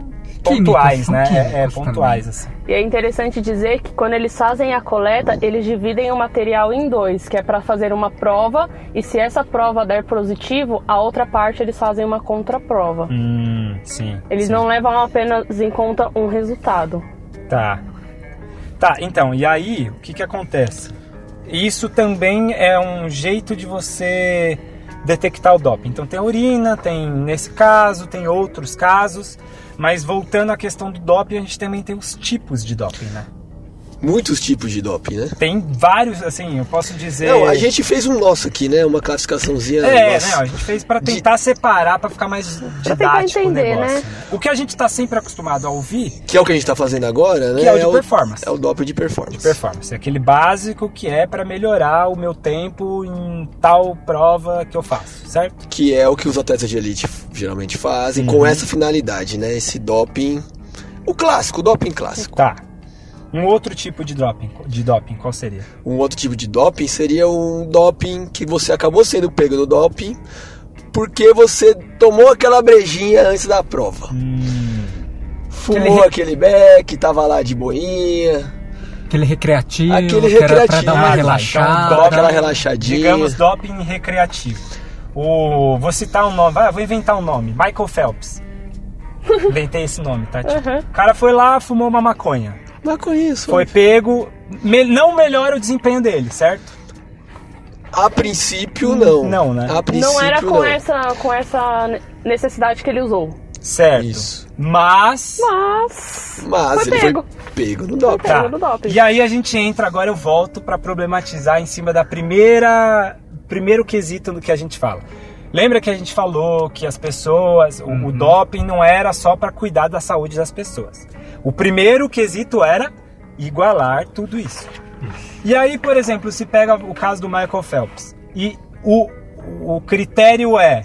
pontuais,
são
né? É, é,
químicos
pontuais, assim.
E é interessante dizer que quando eles fazem a coleta, eles dividem o material em dois, que é para fazer uma prova e se essa prova der positivo, a outra parte eles fazem uma contraprova.
Hum, sim.
Eles
sim.
não levam apenas em conta um resultado.
Tá. Tá, então, e aí, o que que acontece? Isso também é um jeito de você detectar o doping. Então tem a urina, tem nesse caso, tem outros casos, mas voltando à questão do doping, a gente também tem os tipos de doping, né?
Muitos tipos de doping, né?
Tem vários, assim, eu posso dizer...
Não, a gente fez um nosso aqui, né? Uma classificaçãozinha.
É,
nossa.
não, a gente fez pra tentar separar, pra ficar mais didático
tentar
o
É entender,
negócio.
né?
O que a gente tá sempre acostumado a ouvir
Que é o que a gente tá fazendo agora, né?
Que é o de performance.
É o doping de performance.
performance, É aquele básico que é pra melhorar o meu tempo em tal prova que eu faço, certo?
Que é o que os atletas de elite geralmente fazem
Uhum.
com essa finalidade, né? Esse doping. O clássico, o doping clássico.
Tá. Um outro tipo de doping, de doping qual seria?
Um outro tipo de doping seria um doping que você acabou sendo pego no doping porque você tomou aquela brejinha antes da prova.
Hum.
Fumou aquele beck, tava lá de boinha,
Aquele é recreativo,
Aquele
que era pra
recreativo.
dar uma
Ah, tá.
relaxada.
dá
então, doping-
aquela relaxadinha.
Digamos doping recreativo. O, vou citar um nome, vai, vou inventar um nome, Michael
[LAUGHS]
Phelps. Inventei esse nome, tá?
Uhum.
O cara foi lá, fumou uma maconha.
Mas com isso,
foi pego, me- não melhora o desempenho dele, certo?
a princípio não.
Não, né?
A princípio
não era com
não.
essa com essa ne- necessidade que ele usou.
Certo.
Isso.
Mas.
Mas
Mas
Foi
ele
pego.
foi pego no doping.
Tá. Pegou no doping.
E aí a gente entra agora, eu volto pra problematizar em cima da primeira primeiro quesito do que a gente fala. Lembra que a gente falou que as pessoas, o- o doping não era só pra cuidar da saúde das pessoas. O primeiro quesito era igualar tudo isso. E aí, por exemplo, se pega o caso do Michael Phelps e o, o critério é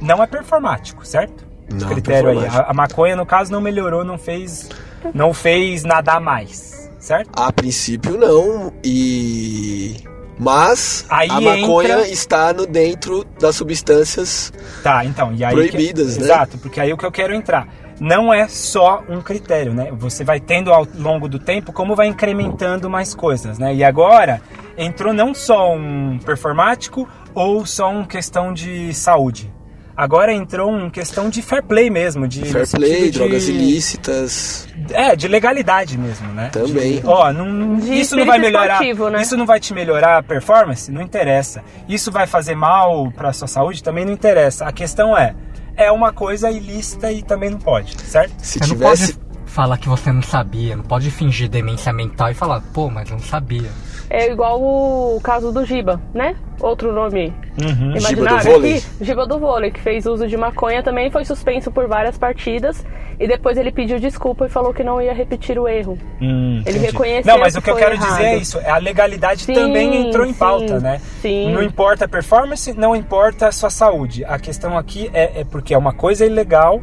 não é performático, certo?
Não
o
é
critério aí, a,
performático.
a maconha no caso não melhorou, não fez não fez nadar mais, certo?
A princípio não e mas
Aí
a maconha
entra-
está no dentro das substâncias.
Tá, então, e aí
Proibidas,
que...
né?
Exato, porque aí o que eu quero entrar. Não é só um critério, né? Você vai tendo ao longo do tempo como vai incrementando mais coisas, né? E agora entrou não só um performático ou só um questão de saúde. Agora entrou um questão de fair play mesmo, de no
Fair
sentido
play,
de-
drogas ilícitas.
É, de legalidade mesmo, né?
Também.
De- ó, não-
De
isso não vai
espírito
melhorar.
esportivo, né?
Isso não vai te melhorar a performance? Não interessa. Isso vai fazer mal pra sua saúde? Também não interessa. A questão é, é uma coisa ilícita e também não pode, certo?
Você
Se
não
tivesse
pode falar que você não sabia, não pode fingir demência mental e falar, pô, mas eu não sabia.
é igual o caso do Giba, né? Outro nome
Uhum.
Giba do
imaginário
vôlei.
aqui. Giba do vôlei, que fez uso de maconha, também foi suspenso por várias partidas e depois ele pediu desculpa e falou que não ia repetir o erro.
Hum,
Ele
entendi.
reconheceu
Não, mas
que
o que eu
foi
quero dizer é
errado.
isso. A legalidade
Sim,
também entrou em
sim,
pauta, né?
sim.
Não importa a performance, não importa a sua saúde. A questão aqui é, é porque é uma coisa ilegal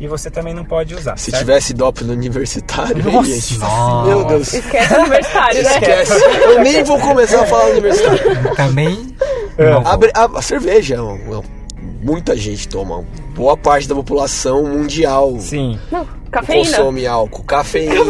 e você também não pode usar.
se
certo?
tivesse doping no universitário, hein,
Nossa
gente?
Nossa.
meu Deus,
Esquece o aniversário, né?
esquece. Eu nem vou começar a falar do universitário. [LAUGHS]
Também.
É.
não vou.
A, bre- a- a cerveja, é um- é um- muita gente toma. Boa parte da população mundial
Sim.
Não, cafeína.
consome álcool, cafeína.
Não,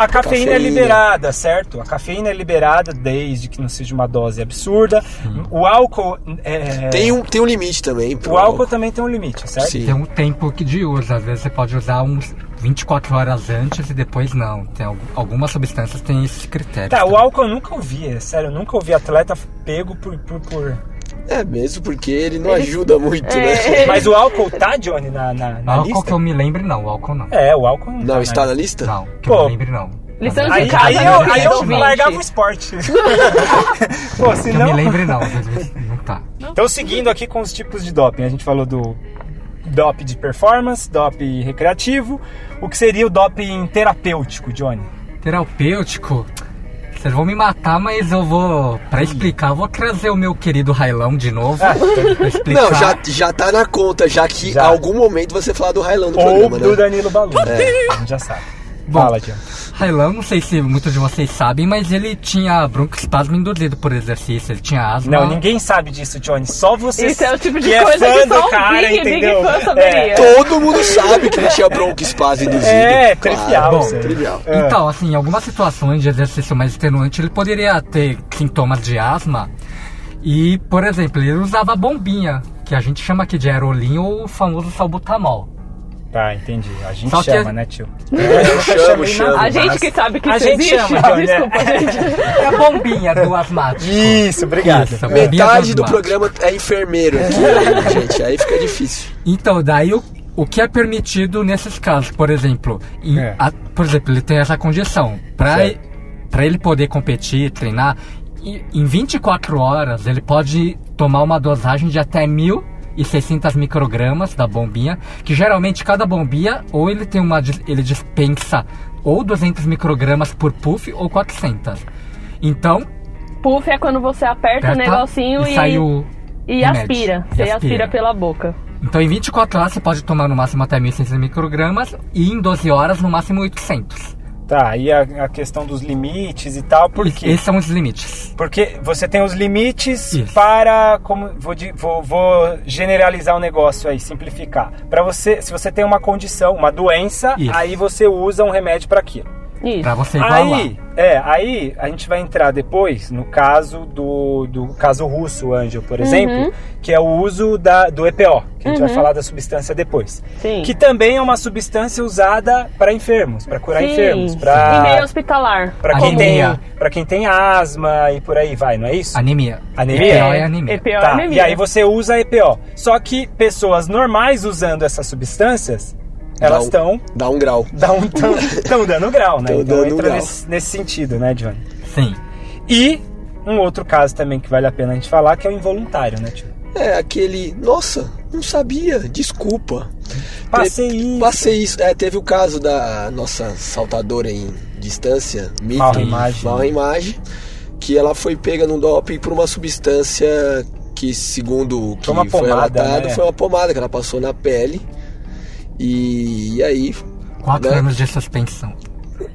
a cafeína,
Cafeína.
é liberada, certo? A cafeína é liberada desde que não seja uma dose absurda. O álcool. É...
Tem um, tem um limite também. pro
O álcool também tem um limite, certo?
Sim.
Tem um tempo que de uso, às vezes você pode usar uns 24 horas antes e depois não. Tem al- algumas substâncias têm esses critérios.
Tá, o álcool eu nunca ouvi, é sério, eu nunca ouvi atleta pego por. por, por-
É mesmo porque ele não ajuda muito, né? [LAUGHS]
É,
Mas o álcool tá, Johnny, na, na,
O
na
álcool que
lista?
eu me lembre, não. O álcool não.
É, o álcool não. tá
Não,
na
está na
lista.
lista?
Não, que
Pô,
eu me lembre, não.
lição de
Aí,
casa,
aí,
né,
eu, aí eu
ouvinte?
largava o esporte. Pô,
Que eu
senão.
me lembre, não. Não tá.
Então, seguindo aqui com os tipos de doping, a gente falou do doping de performance, doping recreativo, o que seria o doping terapêutico, Johnny?
Terapêutico Vocês vão me matar, mas eu vou. Pra explicar, eu vou trazer o meu querido Railão de novo. pra explicar.
Ah. Não, já, já tá na conta, já que
Já.
em algum momento você falar do Railão no
Ou
programa,
do
né?
Danilo Balu. A gente já sabe.
Bom.
Fala, Tiago.
Railão, não sei se muitos de vocês sabem, mas ele tinha broncoespasmo induzido por exercício, ele tinha asma.
Não, ninguém sabe disso, Johnny. Só você
Isso é o tipo de
que
coisa
é fã
que
do
só um
cara,
Big, Big
entendeu?
Fã
É.
saberia.
Todo mundo sabe que ele tinha broncoespasmo induzido.
É,
Claro,
trivial,
bom,
isso aí.
trivial.
É.
Então, assim, em algumas situações de exercício mais extenuante, ele poderia ter sintomas de asma. E, por exemplo, ele usava a bombinha, que a gente chama aqui de aerolim ou o famoso salbutamol.
Tá, entendi. A gente
Só que-
chama, né,
[LAUGHS]
tio?
Eu chamo,
chamei
chamo.
na-
A gente que sabe que
A
isso
gente
existe.
chama, Johnny.
Desculpa,
é.
gente.
É a
[LAUGHS]
bombinha do asmático.
Isso, obrigado.
Isso, bombinha
Metade do
asmático.
programa é enfermeiro aqui, né, gente. Aí fica difícil.
Então, daí o, o que é permitido nesses casos? Por exemplo, em-
É.
a- por exemplo, ele tem essa condição.
Certo.
Para ele poder competir, treinar, em, em 24 horas ele pode tomar uma dosagem de até 1.600 microgramas da bombinha, que geralmente cada bombinha ou ele tem uma dis- ele dispensa ou 200 microgramas por puff ou 400. Então,
Puff é quando você
aperta
aperta, o negocinho
e
e,
sai o
e
remédio.
aspira.
E
Você
aspira.
aspira. pela boca.
Então, em 24 horas, você pode tomar no máximo até 1.600 microgramas e em 12 horas, no máximo 800.
Tá, e a, a questão dos limites e tal, por quê?
Esses são os limites.
Porque você tem os limites
Isso.
para. Como, vou, di- vou- vou generalizar o negócio aí, simplificar. Para você, se você tem uma condição, uma doença,
Isso.
aí você usa um remédio para aquilo.
Isso.
Pra você igualar.
Aí, é, aí a gente vai entrar depois no caso do, do caso russo, Angel, por
Uhum.
exemplo, que é o uso da, do EPO, que a gente vai falar da substância depois.
Sim.
Que também é uma substância usada para enfermos, para curar
Sim.
enfermos,
E meio
para
hospitalar.
para quem tem,
Anemia.
para quem tem asma e por aí vai, não é isso?
Anemia.
Anemia?
EPO é anemia.
EPO é
Tá,
anemia.
E aí você usa EPO. Só que pessoas normais usando essas substâncias, elas
Dá um-
estão
Dá um grau. [LAUGHS]
estão dando grau, né?
Tão
então
dando
entra
grau.
Nesse, nesse sentido, né, Johnny?
Sim.
E um outro caso também que vale a pena a gente falar, que é o involuntário, né, tio?
É aquele. Nossa, não sabia. Desculpa.
Passei
Te-
isso.
Passei isso. É, teve o caso da nossa saltadora em distância, Mickey,
Mal imagem.
Mal imagem, que ela foi pega num doping por uma substância que, segundo o que
Foi uma pomada,
relatado,
né?
foi uma pomada que ela passou na pele. E, e aí,
Quatro
Né?
anos de suspensão.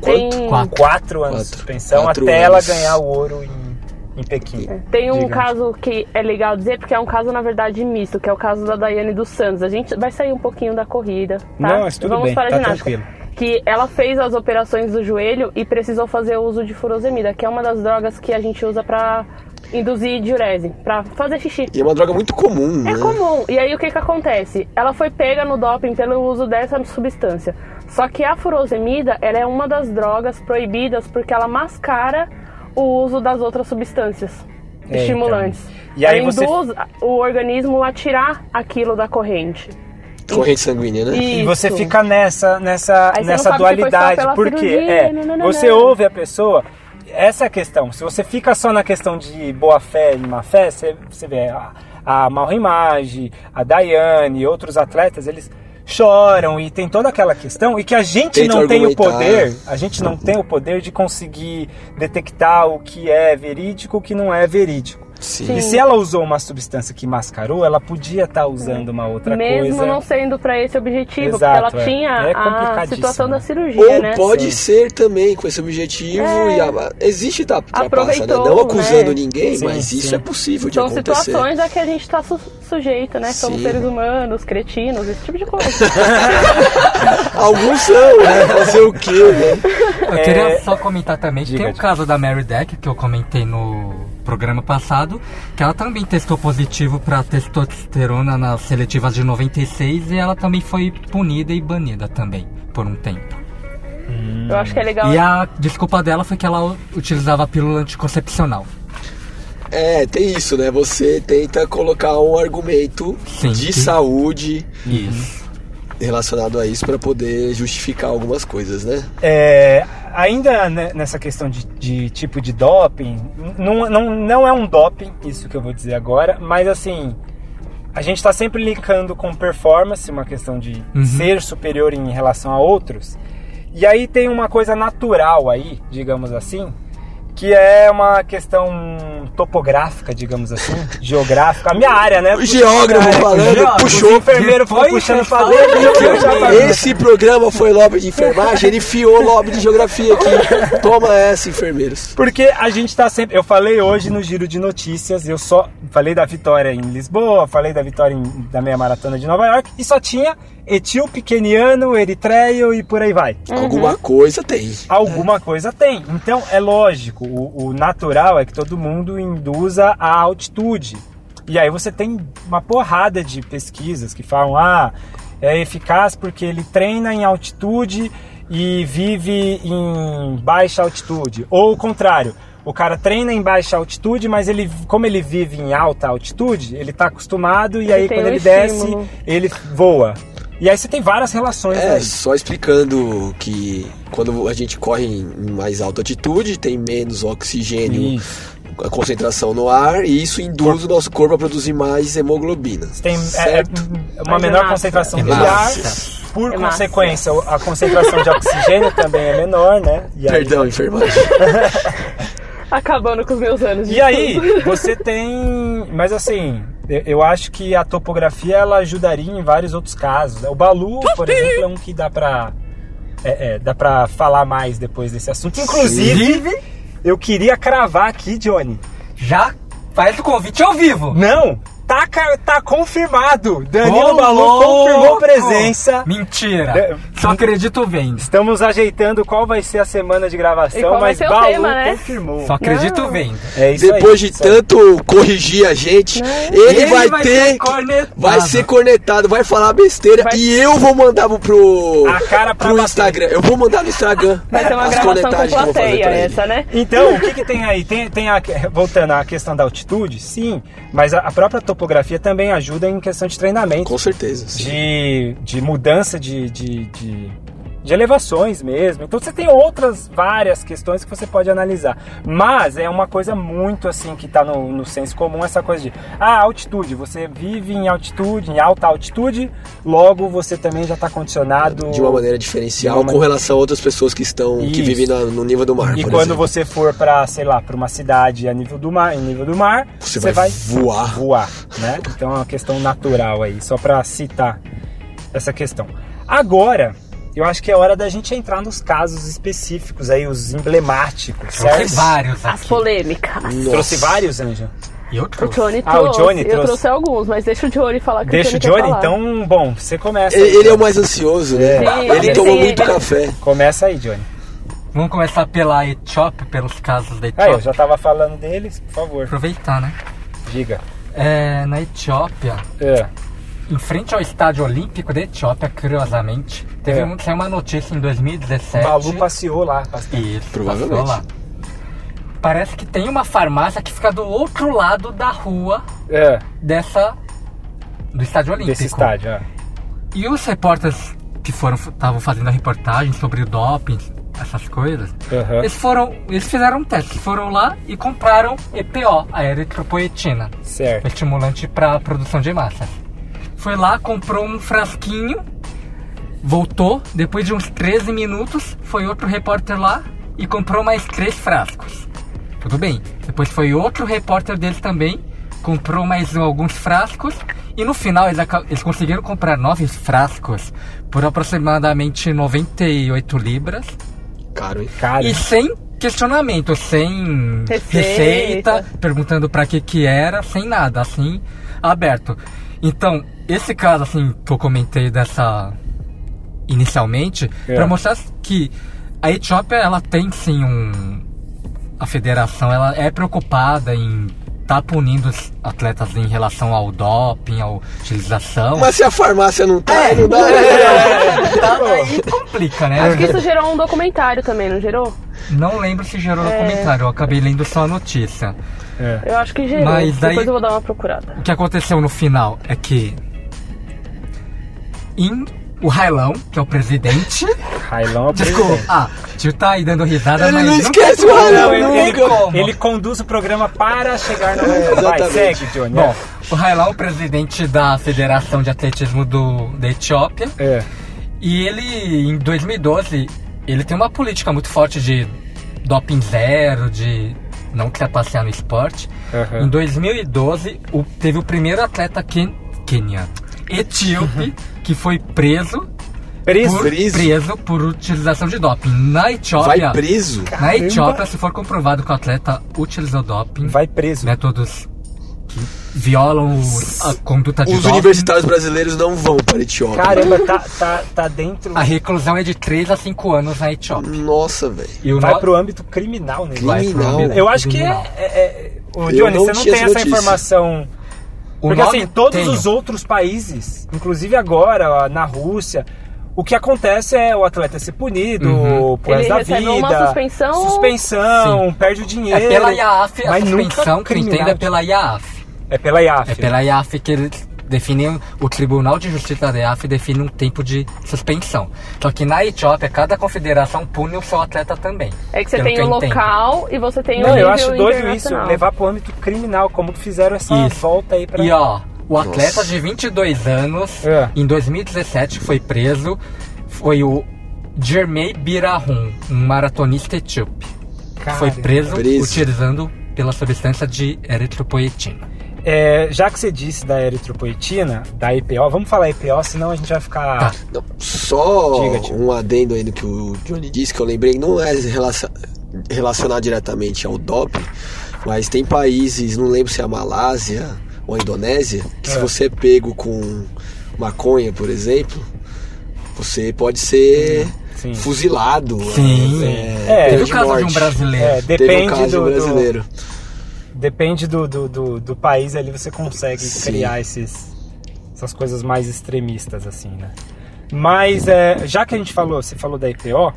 Tem,
quanto?
Quatro.
Quatro anos de
Ah, Quatro.
suspensão
Quatro
até ela
anos.
ganhar o ouro em, em Pequim.
tem um
Diga.
caso que é legal dizer, porque é um caso, na verdade, misto, que é o caso da Daiane dos Santos. A gente vai sair um pouquinho da corrida, tá?
Não, mas tudo
Vamos
bem,
para a
tá
ginástica.
tranquilo.
Que ela fez as operações do joelho e precisou fazer o uso de furosemida, que é uma das drogas que a gente usa pra induzir diurese, pra fazer xixi.
e é uma droga muito comum, né?
É comum. E aí o que que acontece? Ela foi pega no doping pelo uso dessa substância. Só que a furosemida, ela é uma das drogas proibidas porque ela mascara o uso das outras substâncias
É,
estimulantes.
então. E aí
ela
você-
induz o organismo a tirar aquilo da corrente.
Corrente sanguínea, né?
E
Isso.
você fica nessa, nessa,
Aí você
nessa
não sabe se foi só
dualidade.
pela
Porque
cirurgia, né,
é,
nananana.
você ouve a pessoa. Essa é a questão. Se você fica só na questão de boa fé e má fé, você, você vê a, a Malrimage, a Daiane e outros atletas, eles choram e tem toda aquela questão e que a gente
Tenta
não tem o
argumentar.
poder, a gente não tem o poder de conseguir detectar o que é verídico e o que não é verídico.
Sim.
E se ela usou uma substância que mascarou, ela podia estar usando uma outra
Mesmo
coisa.
não sendo pra esse objetivo,
Exato,
porque ela
é.
tinha
É
a
complicadíssimo,
situação
né?
da cirurgia,
Ou
né?
pode ser também com esse objetivo e a- existe tra- trapaça, né?
Aproveitou,
Não acusando
né?
ninguém,
Sim,
mas isso
sim.
é possível de
São
acontecer.
situações a que a gente está su sujeito, né? Somos
Sim.
seres humanos, cretinos, esse tipo de coisa.
[LAUGHS]
Alguns são, né? Fazer o quê, né?
Eu queria só comentar também que
É. Diga,
tem o
diga.
caso da Mary Deck, que eu comentei no programa passado, que ela também testou positivo pra testosterona nas seletivas de 96 e ela também foi punida e banida também por um tempo.
Eu acho que é legal.
E a desculpa dela foi que ela u- utilizava a pílula anticoncepcional.
É, tem isso, né? Você tenta colocar um argumento
Sim,
de
sim.
saúde
Isso.
relacionado a isso para poder justificar algumas coisas, né?
É, ainda ne- nessa questão de, de tipo de doping, n- não, não, não é um doping, isso que eu vou dizer agora, mas assim, a gente está sempre linkando com performance, uma questão de
Uhum.
ser superior em relação a outros. E aí tem uma coisa natural aí, digamos assim, que é uma questão topográfica, digamos assim,
[LAUGHS]
geográfica. A minha área, né?
O geógrafo
É,
falando,
geógrafo,
puxou.
O enfermeiro foi
Depois
puxando
vocês
pra [LAUGHS]
falam
dentro. eu já falei.
Esse programa foi lobby de enfermagem, ele fiou lobby de geografia aqui. Toma essa, enfermeiros.
Porque a gente tá sempre. Eu falei hoje no giro de notícias, eu só falei da vitória em Lisboa, falei da vitória em- da meia maratona de Nova York e só tinha etíope, queniano, eritreio e por aí vai.
Alguma coisa tem.
Alguma coisa tem. Então é lógico, o, o natural é que todo mundo induza a altitude. E aí você tem uma porrada de pesquisas que falam: ah, é eficaz porque ele treina em altitude e vive em baixa altitude. Ou o contrário. O cara treina em baixa altitude, mas ele, como ele vive em alta altitude, ele tá acostumado e
Ele
aí
tem
quando
um
ele
estímulo.
desce, ele voa. E aí você tem várias relações
É,
aí.
só explicando que quando a gente corre em mais alta altitude, tem menos oxigênio,
Isso.
a concentração no ar, e isso induz o nosso corpo a produzir mais hemoglobina.
tem é,
certo?
é, uma
Mas é
menor
massa.
concentração
É
de ar.
massa.
Por
É massa.
consequência, a concentração de
[LAUGHS]
oxigênio também é menor, né? E aí,
Perdão, enfermagem.
Acabando com os meus anos. de
e aí,
estudo.
você tem. Mas assim, eu, eu acho que a topografia ela ajudaria em vários outros casos. né? O Balu, por exemplo, é um que dá pra. É, é, dá pra falar mais depois desse assunto. Inclusive, eu queria cravar aqui, Johnny.
Já faz o convite ao vivo.
Não! Tá, ca- tá confirmado! Danilo
Ô,
Balu
louco!
confirmou presença.
Mentira. Só acredito vendo.
Estamos ajeitando qual vai ser a semana de gravação,
E qual vai
mas
ser o
Balu
tema, né?
confirmou.
Só acredito vendo.
É isso
Depois
aí,
de
isso aí.
tanto corrigir a gente, ele, vai, ter.
cornetado.
Vai ser cornetado, vai falar besteira
Vai-
e eu vou mandar pro- pro,
A cara pra
pro
bater.
Instagram. Eu vou mandar no Instagram.
Vai ser uma
as
gravação com
cornetagens que eu vou fazer
plateia
pra ele.
essa, né?
Então, o que, que tem aí? Tem, tem a, voltando à questão da altitude, sim, mas a, a própria topografia também ajuda em questão de treinamento,
Com certeza. sim.
de, de mudança de, de, de, de elevações mesmo. Então você tem outras várias questões que você pode analisar. Mas é uma coisa muito assim que está no, no senso comum, essa coisa de ah, altitude, você vive em altitude, em alta altitude, logo você também já está condicionado.
de uma maneira diferencial
de uma
com relação a outras pessoas que estão que
Isso.
vivem na- no nível do mar.
E
por
quando
exemplo.
você for para, sei lá, para uma cidade a nível do mar, em nível do mar,
Você
você, vai,
vai voar.
voar, né? Então é uma questão natural aí, só para citar essa questão. Agora, eu acho que é hora da gente entrar nos casos específicos aí, os emblemáticos,
Tem
certo?
vários
As
aqui.
polêmicas.
Trouxe vários, Anja?
E eu
O
trouxe.
Johnny
Ah, o
trouxe.
Johnny
eu
trouxe.
trouxe alguns, mas deixa o Johnny falar que
Deixa o
o quer
Johnny,
falar.
então, bom, você começa. aí,
Ele, ele é o
Johnny.
mais ansioso, né?
Sim,
ele
ele
toma
tem-
muito café.
Começa aí, Johnny.
Vamos começar pela Etiópia, pelos casos da
Ah,
Etiópia.
eu já tava falando deles, por favor,
Aproveitar, né?
diga.
É, na Etiópia,
É.
em frente ao estádio olímpico da Etiópia, curiosamente, teve
É.
um- saiu uma notícia em 2017.
Balu passeou lá.
Isso,
Provavelmente.
passou lá. Parece que tem uma farmácia que fica do outro lado da rua
É,
dessa do estádio olímpico.
desse estádio, ó.
E os repórteres que foram estavam fazendo a reportagem sobre o doping, essas coisas,
Aham.
eles foram, eles fizeram um teste, eles foram lá e compraram EPO, a eritropoetina, um
Certo.
estimulante para produção de massa. Foi lá, comprou um frasquinho, voltou, depois de uns 13 minutos, foi outro repórter lá e comprou mais três frascos. Tudo bem. Depois foi outro repórter deles também, comprou mais alguns frascos e no final eles, aca- eles conseguiram comprar nove frascos por aproximadamente 98 libras
Caro, hein?
Cara,
e sem questionamento, sem
Receita.
receita, perguntando pra que que era, sem nada, assim, aberto. Então, esse caso, assim, que eu comentei dessa inicialmente,
É.
pra mostrar que a Etiópia, ela tem sim um... A federação, ela é preocupada em tá punindo os atletas em relação ao doping, à utilização.
Mas se a farmácia não tá, não dá.
tá, aí complica, né?
Acho que isso gerou um documentário também, não gerou?
Não lembro se gerou no comentário, eu acabei lendo só a notícia.
é,
Eu acho que gerou.
Mas daí-
Depois eu vou dar uma procurada.
O que aconteceu no final é que. Em o Railão, que é o
[LAUGHS]
presidente.
Railão é o
Desculpa.
presidente.
Ah, tio tá aí dando risada,
Ele
mas.
não
tem
esquece o
como,
Railão,
não
nunca.
tem como.
Ele conduz o programa para chegar no Vai,
exatamente.
segue, Johnny.
Bom, o Railão é o presidente da Federação de Atletismo do, da Etiópia.
É.
E ele, em 2012, ele tem uma política muito forte de doping zero, de não trapacear no esporte.
Aham.
Em 2012, o- teve o primeiro atleta ken, keniano,
[LAUGHS]
etíope, que foi preso
Preso?
por,
Preso?
preso por utilização de doping. Na Etiópia,
Vai preso?
na Etiópia, se for comprovado que o atleta utilizou doping,
Vai
Né?
preso.
métodos que violam o- a conduta de
Os
doping,
universitários brasileiros não vão para a Etiópia.
Caramba, tá, tá, tá dentro.
a reclusão é de 3 a 5 anos na Etiópia.
Nossa, velho.
E o
Vai
no-
pro âmbito criminal, né?
Vai pro âmbito
Eu acho que é.
criminal.
é- é- Ô,
Eu
Johnny,
não
você não tem
tinha
essa
essa notícia.
informação.
O
Porque
nome-
assim, todos
tenho.
os outros países, inclusive agora ó, na Rússia, o que acontece é o atleta ser punido
Uhum.
por resto
Ele
da
recebe
vida.
uma suspensão.
Suspensão, perde o
É
dinheiro.
pela IAAF, a
mas nunca
suspensão que eu
criminal.
entendo é pela IAAF.
É pela IAF.
É pela IAF que eles definem, o Tribunal de Justiça da IAF define um tempo de suspensão. Só que na Etiópia, cada confederação pune o seu atleta também.
É que você
pelo
tem
que
o
eu entendo.
local e você tem o
Não,
nível
eu acho doido isso,
internacional.
levar pro âmbito criminal, como que fizeram essa
Isso.
volta aí pra.
E ó, o atleta
Nossa.
de 22 anos,
É.
em 2017, que foi preso, foi o Jermei Birahun, um maratonista etíope.
Cara,
foi preso,
preso.
utilizando pela substância de eritropoetina.
é, já que você disse da eritropoetina, da EPO, vamos falar EPO, senão a gente vai ficar.
Tá.
Não, só
Diga, tio.
um adendo aí no que o Johnny disse, que eu lembrei, não é relacion- relacionado diretamente ao doping, mas tem países, não lembro se é a Malásia ou a Indonésia, que se
É.
você é pego com maconha, por exemplo, você pode ser
Sim.
fuzilado.
Sim.
É,
pena
Teve o
de
caso de um
morte.
brasileiro.
É,
Teve um
depende
caso de um
do, do,
brasileiro.
Depende do, do, do, do país ali, você consegue
Sim.
criar esses, essas coisas mais extremistas, assim, né? Mas é, já que a gente falou, você falou da IPO,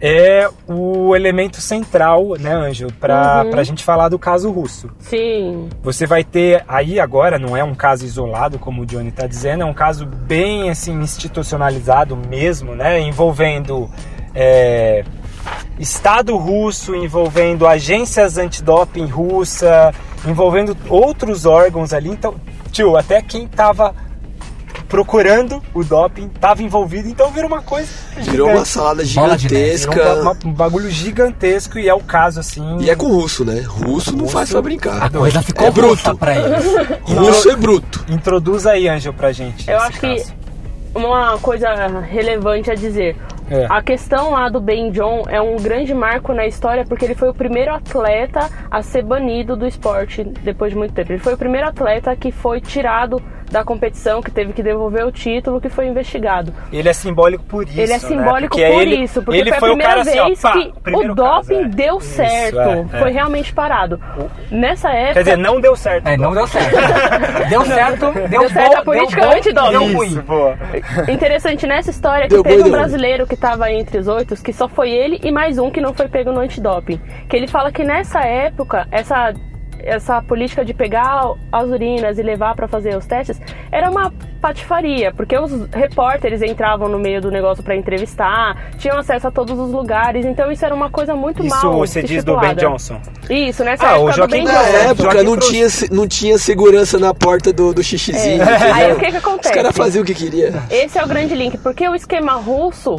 é o elemento central, né, Anjo, pra,
Uhum.
pra gente falar do caso russo.
Sim.
Você vai ter aí agora, não é um caso isolado, como o Johnny está dizendo, é um caso bem assim institucionalizado mesmo, né? Envolvendo é, Estado russo, envolvendo agências antidoping russa, envolvendo outros órgãos ali. Então, tio, até quem estava procurando o doping estava envolvido, então virou uma coisa.
Virou uma
gigante.
salada
É. Bola de neve,
gigantesca.
Virou uma- um bagulho gigantesco e é o caso assim.
E é com russo, né? Russo não faz pra brincar.
A coisa ficou
é
bruta
bruto.
pra eles.
Russo é bruto.
Introduz aí, Angel, pra gente.
Eu
esse
acho que
caso.
uma coisa relevante a dizer.
É.
A questão lá do Ben John é um grande marco na história porque ele foi o primeiro atleta a ser banido do esporte depois de muito tempo. Ele foi o primeiro atleta que foi tirado da competição, que teve que devolver o título, que foi investigado.
Ele é simbólico por isso.
ele
né?
é simbólico
Porque
por
ele-
isso, porque
ele
foi,
foi
a
o
primeira
cara assim, ó,
vez
pá,
que
primeiro
o doping
caso, é.
deu
Isso,
certo.
é, é.
Foi realmente parado. Nessa
Quer
época.
dizer, não deu certo.
É, não deu
[LAUGHS]
certo. Deu certo, deu,
Deu certo
bom,
a política
deu bom,
antidoping.
Deu
Isso,
ruim.
boa.
Interessante nessa história que
Deu
teve
boi,
um
deu.
brasileiro que estava entre os oito, que só foi ele e mais um que não foi pego no antidoping. Que ele fala que nessa época, essa, essa política de pegar as urinas e levar para fazer os testes era uma patifaria, porque os repórteres entravam no meio do negócio para entrevistar, tinham acesso a todos os lugares, então isso era uma coisa muito né?
Isso
mal.
você diz do Ben
estipulada.
Johnson.
Isso, nessa
Ah, o
época do
Joaquim
Ben
Na
Joaquim
Johnson.
época não
Cruz.
tinha, se- não tinha segurança na porta do, do
É,
xixizinho. entendeu?
É, Aí o que que acontece?
Os caras faziam o que queria.
Esse é o grande link, porque o esquema russo,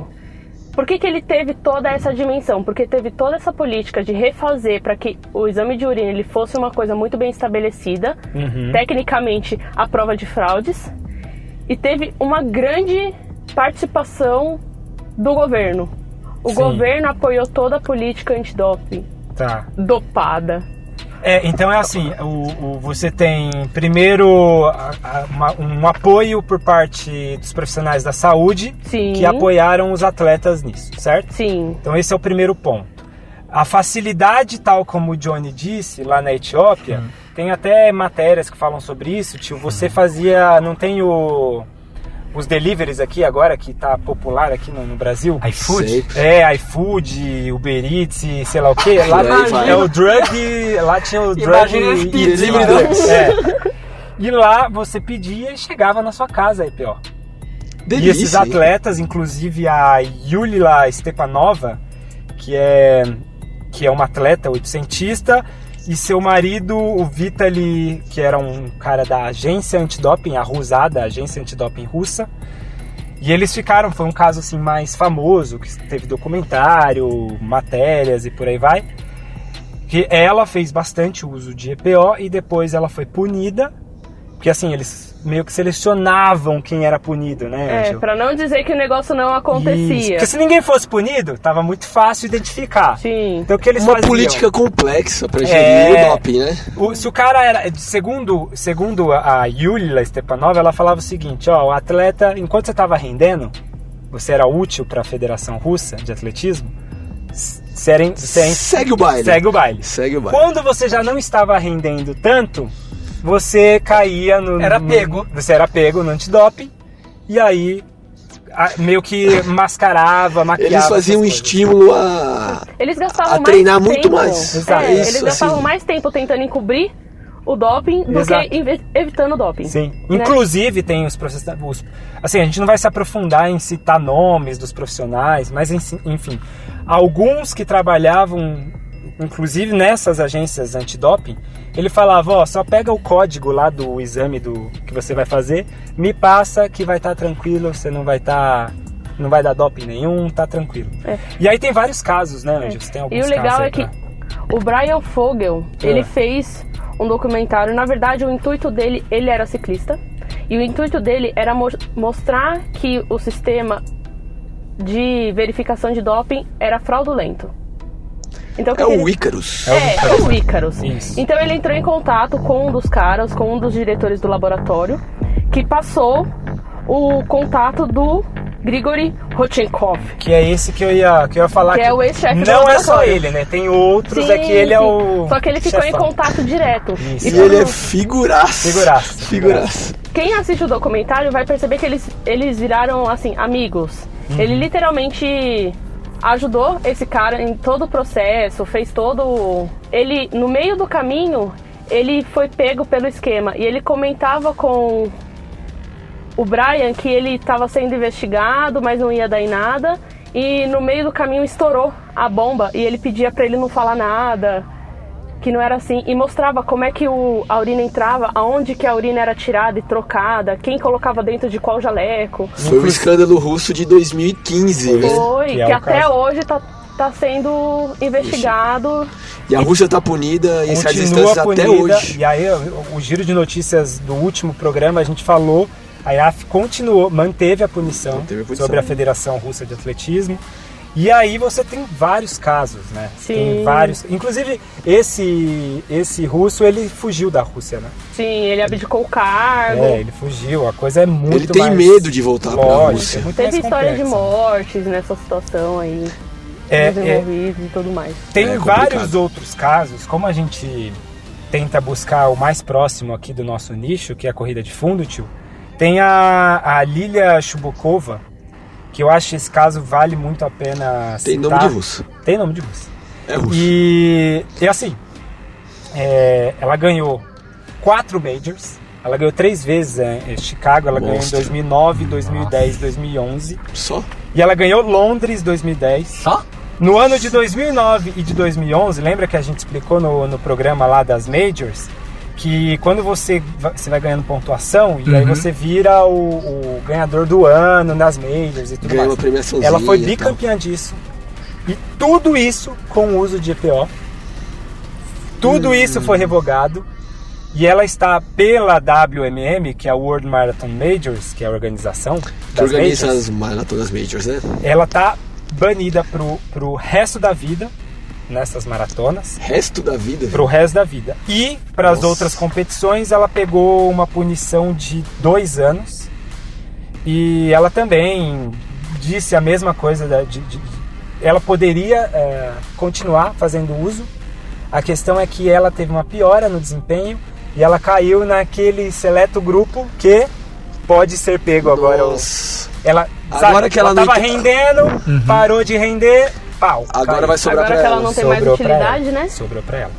por que, que ele teve toda essa dimensão? Porque teve toda essa política de refazer para que o exame de urina ele fosse uma coisa muito bem estabelecida,
Uhum.
tecnicamente a prova de fraudes, e teve uma grande participação do governo. O
Sim.
governo apoiou toda a política antidoping,
Tá.
dopada.
É, então é assim, o, o- você tem primeiro a- a- uma- um apoio por parte dos profissionais da saúde
Sim.
que apoiaram os atletas nisso, certo?
Sim,
Então esse é o primeiro ponto. A facilidade, tal como o Johnny disse, lá na Etiópia,
Hum.
tem até matérias que falam sobre isso, tio,
Uhum.
você fazia, não tem o, os deliveries aqui agora, que tá popular aqui no, no Brasil?
iFood?
Sei.
É, iFood, Uber Eats, e sei lá o que. Lá
Por aí vai.
é o drug. Lá tinha o drug.
Imagina as
e-
pizzas.
delivery
[LAUGHS] Drugs.
É. E lá você pedia e chegava na sua casa aí, pior. E
Delícia,
esses
hein?
atletas, inclusive a Yulila Stepanova, que é, que é uma atleta oitocentista, e seu marido, o Vitaly, que era um cara da agência antidoping, a RUSADA, a agência antidoping russa, E eles ficaram, foi um caso assim mais famoso, que teve documentário, matérias e por aí vai. Que ela fez bastante uso de EPO e depois ela foi punida. Porque assim, eles meio que selecionavam quem era punido, né,
É,
Angel?
pra não dizer que o negócio não
Isso.
acontecia.
Porque se ninguém fosse punido, tava muito fácil identificar.
Sim.
Então o que eles
Uma
faziam?
política complexa pra gerir
É.
o doping, né?
O- se o cara era. Segundo, segundo a a Yulia Stepanova, ela falava o seguinte: ó, o atleta, enquanto você estava rendendo, você era útil para a Federação Russa de Atletismo, s- você era, in- você era in-
Segue o baile.
segue o baile.
Segue o baile.
Quando você já não estava rendendo tanto, você caía no.
Era
no-
pego.
Você era pego no antidoping, e aí a- meio que mascarava, maquiava.
Eles faziam um
essas coisas.
estímulo a.
Eles gastavam
A
mais
treinar muito
tempo.
mais.
Exato.
É,
Isso,
eles gastavam
assim.
mais tempo tentando encobrir o doping do
Exato.
que inve- evitando o doping.
Sim. Inclusive tem os profissionais. Assim, a gente não vai se aprofundar em citar nomes dos profissionais, mas ensi- enfim. Alguns que trabalhavam, inclusive nessas agências antidoping, ele falava, ó, só pega o código lá do exame do que você vai fazer, me passa que vai estar tranquilo, você não vai estar. não vai dar doping nenhum, tá tranquilo.
É.
E aí tem vários casos, né, Anjos? Tem alguns
E o legal
casos aí tá.
é que
pra-
o Brian Fogel,
É.
ele fez um documentário. Na verdade, o intuito dele, ele era ciclista. E o intuito dele era mo- mostrar que o sistema de verificação de doping era fraudulento. Então, que
É
que ele-
o Ícaros.
É, o Ícaros.
Isso.
Então ele entrou em contato com um dos caras, com um dos diretores do laboratório, que passou o contato do Grigori Rodchenkov.
Que é esse que eu ia, que eu ia falar.
Que é o ex-chefe do
Não é só
laboratório.
ele, né? Tem outros, é que
Sim,
ele é
sim.
o.
Só que ele ficou em
chefão.
contato direto.
Isso.
E
E
quando-
ele é figuraço.
Figuraço.
Figuraço.
quem assiste o documentário vai perceber que eles, eles viraram, assim, amigos. Ele literalmente ajudou esse cara em todo o processo, fez todo. o- Ele, no meio do caminho, ele foi pego pelo esquema. E ele comentava com o Brian que ele estava sendo investigado, mas não ia dar em nada. E no meio do caminho estourou a bomba e ele pedia pra ele não falar nada, que não era assim. E mostrava como é que o, a urina entrava, aonde que a urina era tirada e trocada, quem colocava dentro de qual jaleco.
Foi o escândalo russo de 2015. né?
Foi,
Que
que,
é o
até
caso.
hoje tá, tá sendo investigado.
E a Rússia tá punida em certas
Continua
instâncias
punida.
até hoje.
E aí, o- o giro de notícias do último programa, a gente falou. A IAF continuou, manteve a punição,
Manteve a punição.
sobre a Federação Russa de Atletismo. E aí você tem vários casos, né? Tem
Sim.
vários. Inclusive, esse, esse russo, ele fugiu da Rússia, né?
Sim, ele abdicou o cargo.
É, ele fugiu. A coisa é muito
Ele tem
mais-
medo de voltar pra
Lógico,
Rússia.
é muito
Teve
mais
história de
complexa.
mortes nessa situação aí,
É,
dos
é,
envolvidos e tudo mais.
Tem
É complicado.
vários outros casos, como a gente tenta buscar o mais próximo aqui do nosso nicho, que é a corrida de fundo, tio. Tem a, a Lilia Chubukova, que eu acho que esse caso vale muito a pena
Tem
citar.
nome de russo.
Tem nome de russo.
É russo.
E, e assim, é, ela ganhou quatro majors. Ela ganhou três vezes em em Chicago. Ela ganhou em
Monstro.
2009, 2010, 2011.
Só?
E ela ganhou Londres 2010.
Só?
No ano de 2009 e de 2011, lembra que a gente explicou no, no programa lá das Majors? Que quando você, va- você vai ganhando pontuação, e aí
Uhum.
você vira o, o ganhador do ano nas Majors e tudo
Ganhou uma
mais.
premiaçãozinha.
Ela foi
e tal.
bicampeã disso. E tudo isso com o uso de EPO. Tudo isso foi revogado. E ela está pela WMM, que é a World Marathon Majors, que é a organização
Que
das
organiza
Majors
as maratonas majors, né?
ela tá banida pro, pro resto da vida nessas maratonas.
Resto da vida. velho.
Pro resto da vida. E para as
Nossa.
outras competições, ela pegou uma punição de dois anos. E ela também disse a mesma coisa. da- de, de- ela poderia é, continuar fazendo uso. A questão é que ela teve uma piora no desempenho e ela caiu naquele seleto grupo que pode ser pego agora. o-
Nossa.
ela,
Agora
sabe,
que ela não
tava
ent-
rendendo,
Uhum.
parou de render, pau.
Agora
caiu.
vai sobrar
Agora
pra
que ela
ela.
não tem mais
Sobrou pra
utilidade,
ela.
né?
Sobrou pra ela.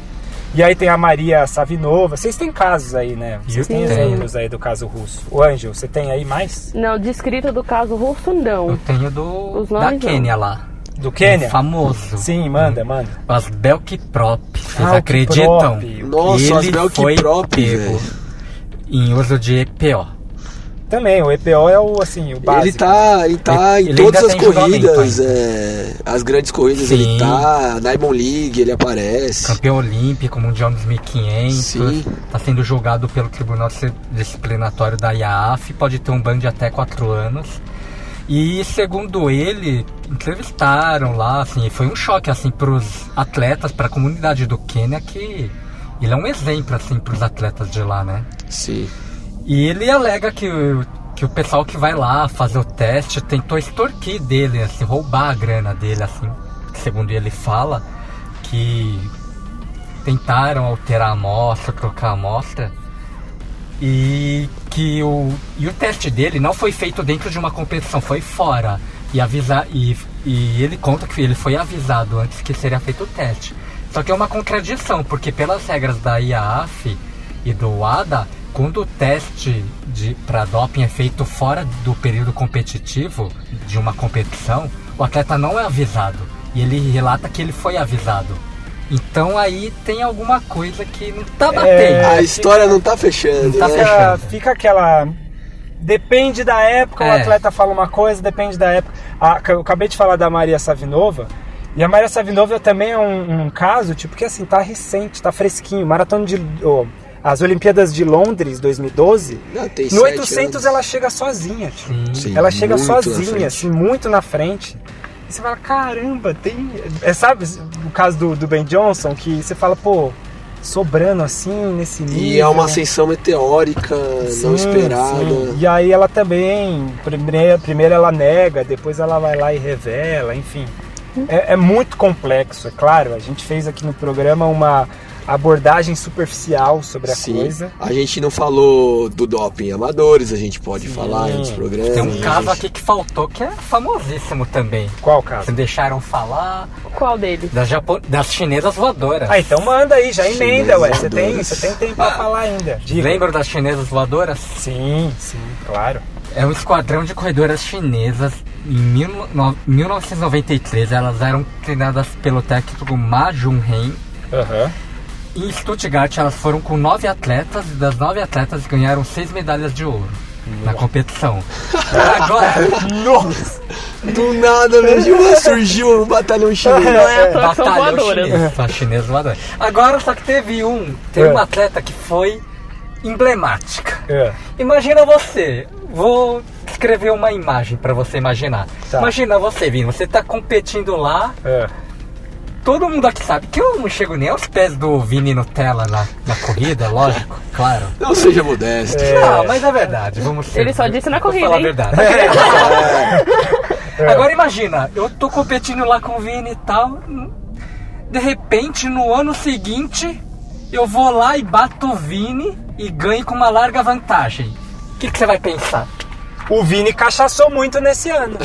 E aí tem a Maria Savinova. Vocês têm casos aí, né? Vocês
Eu
têm
tenho.
exemplos aí do caso russo. O Ângelo, você tem aí mais?
Não, descrito do caso russo,
Eu
não.
tenho do.
Os
Da
nomes não.
Quênia lá.
Do Quênia?
Um famoso.
Sim, manda, manda.
As Belkiprop. Vocês
Ah, o
acreditam?
Kiprop.
Nossa, as
ele foi
Belkiprop,
pego
velho.
em uso de EPO.
Também, o EPO é o, assim, o básico.
Ele tá, ele tá
Ele-
em
ele
todas
ainda
as
tem julgamento
corridas, é, as grandes corridas
Sim.
ele tá, Diamond League ele aparece.
Campeão olímpico, mundial 2500.
Sim.
Tá sendo julgado pelo Tribunal Disci- Disciplinatório da IAAF. Pode ter um ban de até 4 anos. E segundo ele, entrevistaram lá, assim, foi um choque assim pros atletas, pra comunidade do Quênia que ele é um exemplo assim pros atletas de lá, né?
Sim.
E ele alega que, o- que o pessoal que vai lá fazer o teste tentou extorquir dele, assim, roubar a grana dele, assim, segundo ele fala, que tentaram alterar a amostra, trocar a amostra. E que o, e o teste dele não foi feito dentro de uma competição, foi fora. E, avisa, e, e ele conta que ele foi avisado antes que seria feito o teste. Só que é uma contradição, porque pelas regras da IAAF e do ADA, quando o teste para doping é feito fora do período competitivo de uma competição, o atleta não é avisado. E ele relata que ele foi avisado. Então aí tem alguma coisa que não tá batendo.
É,
A história não tá fechando,
Não tá
né?
fica,
fechando.
É, fica aquela. Depende da época, o
É.
atleta fala uma coisa, depende da época. Ah, eu acabei de falar da Maria Savinova. E a Maria Savinova também é um, um caso, tipo, que assim, tá recente, tá fresquinho. Maratona de. ô, as Olimpíadas de Londres 2012.
Não, tem
No
sete
800
anos.
ela chega sozinha, tipo.
Sim,
ela chega
muito na frente.
sozinha, assim, muito na frente. E você fala, caramba, tem. É, sabe o caso do, do Ben Johnson, que você fala, pô, sobrando assim, nesse nível.
E é uma ascensão meteórica, não
Sim,
esperada.
sim. E aí ela também, primeiro, primeiro ela nega, depois ela vai lá e revela, enfim. É, é muito complexo, é claro. A gente fez aqui no programa uma abordagem superficial sobre a
Sim.
coisa.
A gente não falou do doping amadores, a gente pode falar em outros programas.
Tem um caso
a gente-
aqui que faltou que é famosíssimo também.
Qual caso?
Vocês deixaram falar
Qual deles?
das, japo- das chinesas voadoras.
Ah, então manda aí, já
Sim,
emenda, ué. Você
mandou.
tem, você tem tempo pra falar ainda. Diga.
Lembram das chinesas voadoras?
Sim, sim, claro.
É um esquadrão de corredoras chinesas. Em mil- no- 1993, elas eram treinadas pelo técnico Ma Jun-hen.
Aham.
Em Stuttgart, elas foram com nove atletas e das nove atletas ganharam seis medalhas de ouro na competição. [LAUGHS] Agora,
Nossa! Do nada, mesmo de uma surgiu um batalhão
[LAUGHS]
chinês.
Não é à toa que são
Batalhão
voadoras.
chinês, só chinês voador. Agora só que teve um,
É.
teve uma atleta que foi emblemática.
É.
Imagina você, vou escrever uma imagem pra você imaginar.
Tá.
Imagina você, Vini, você tá competindo lá,
É.
todo mundo aqui sabe que eu não chego nem aos pés do Vini Nutella na, na corrida, lógico, claro.
Não seja modesto.
Não, mas é verdade, vamos ser.
Ele só disse na
vou
corrida,
falar
hein?
a
[LAUGHS]
verdade.
É.
Agora imagina, eu tô competindo lá com o Vini e tal. De repente, no ano seguinte, eu vou lá e bato o Vini e ganho com uma larga vantagem. O que, que você vai pensar?
O Vini cachaçou muito nesse ano.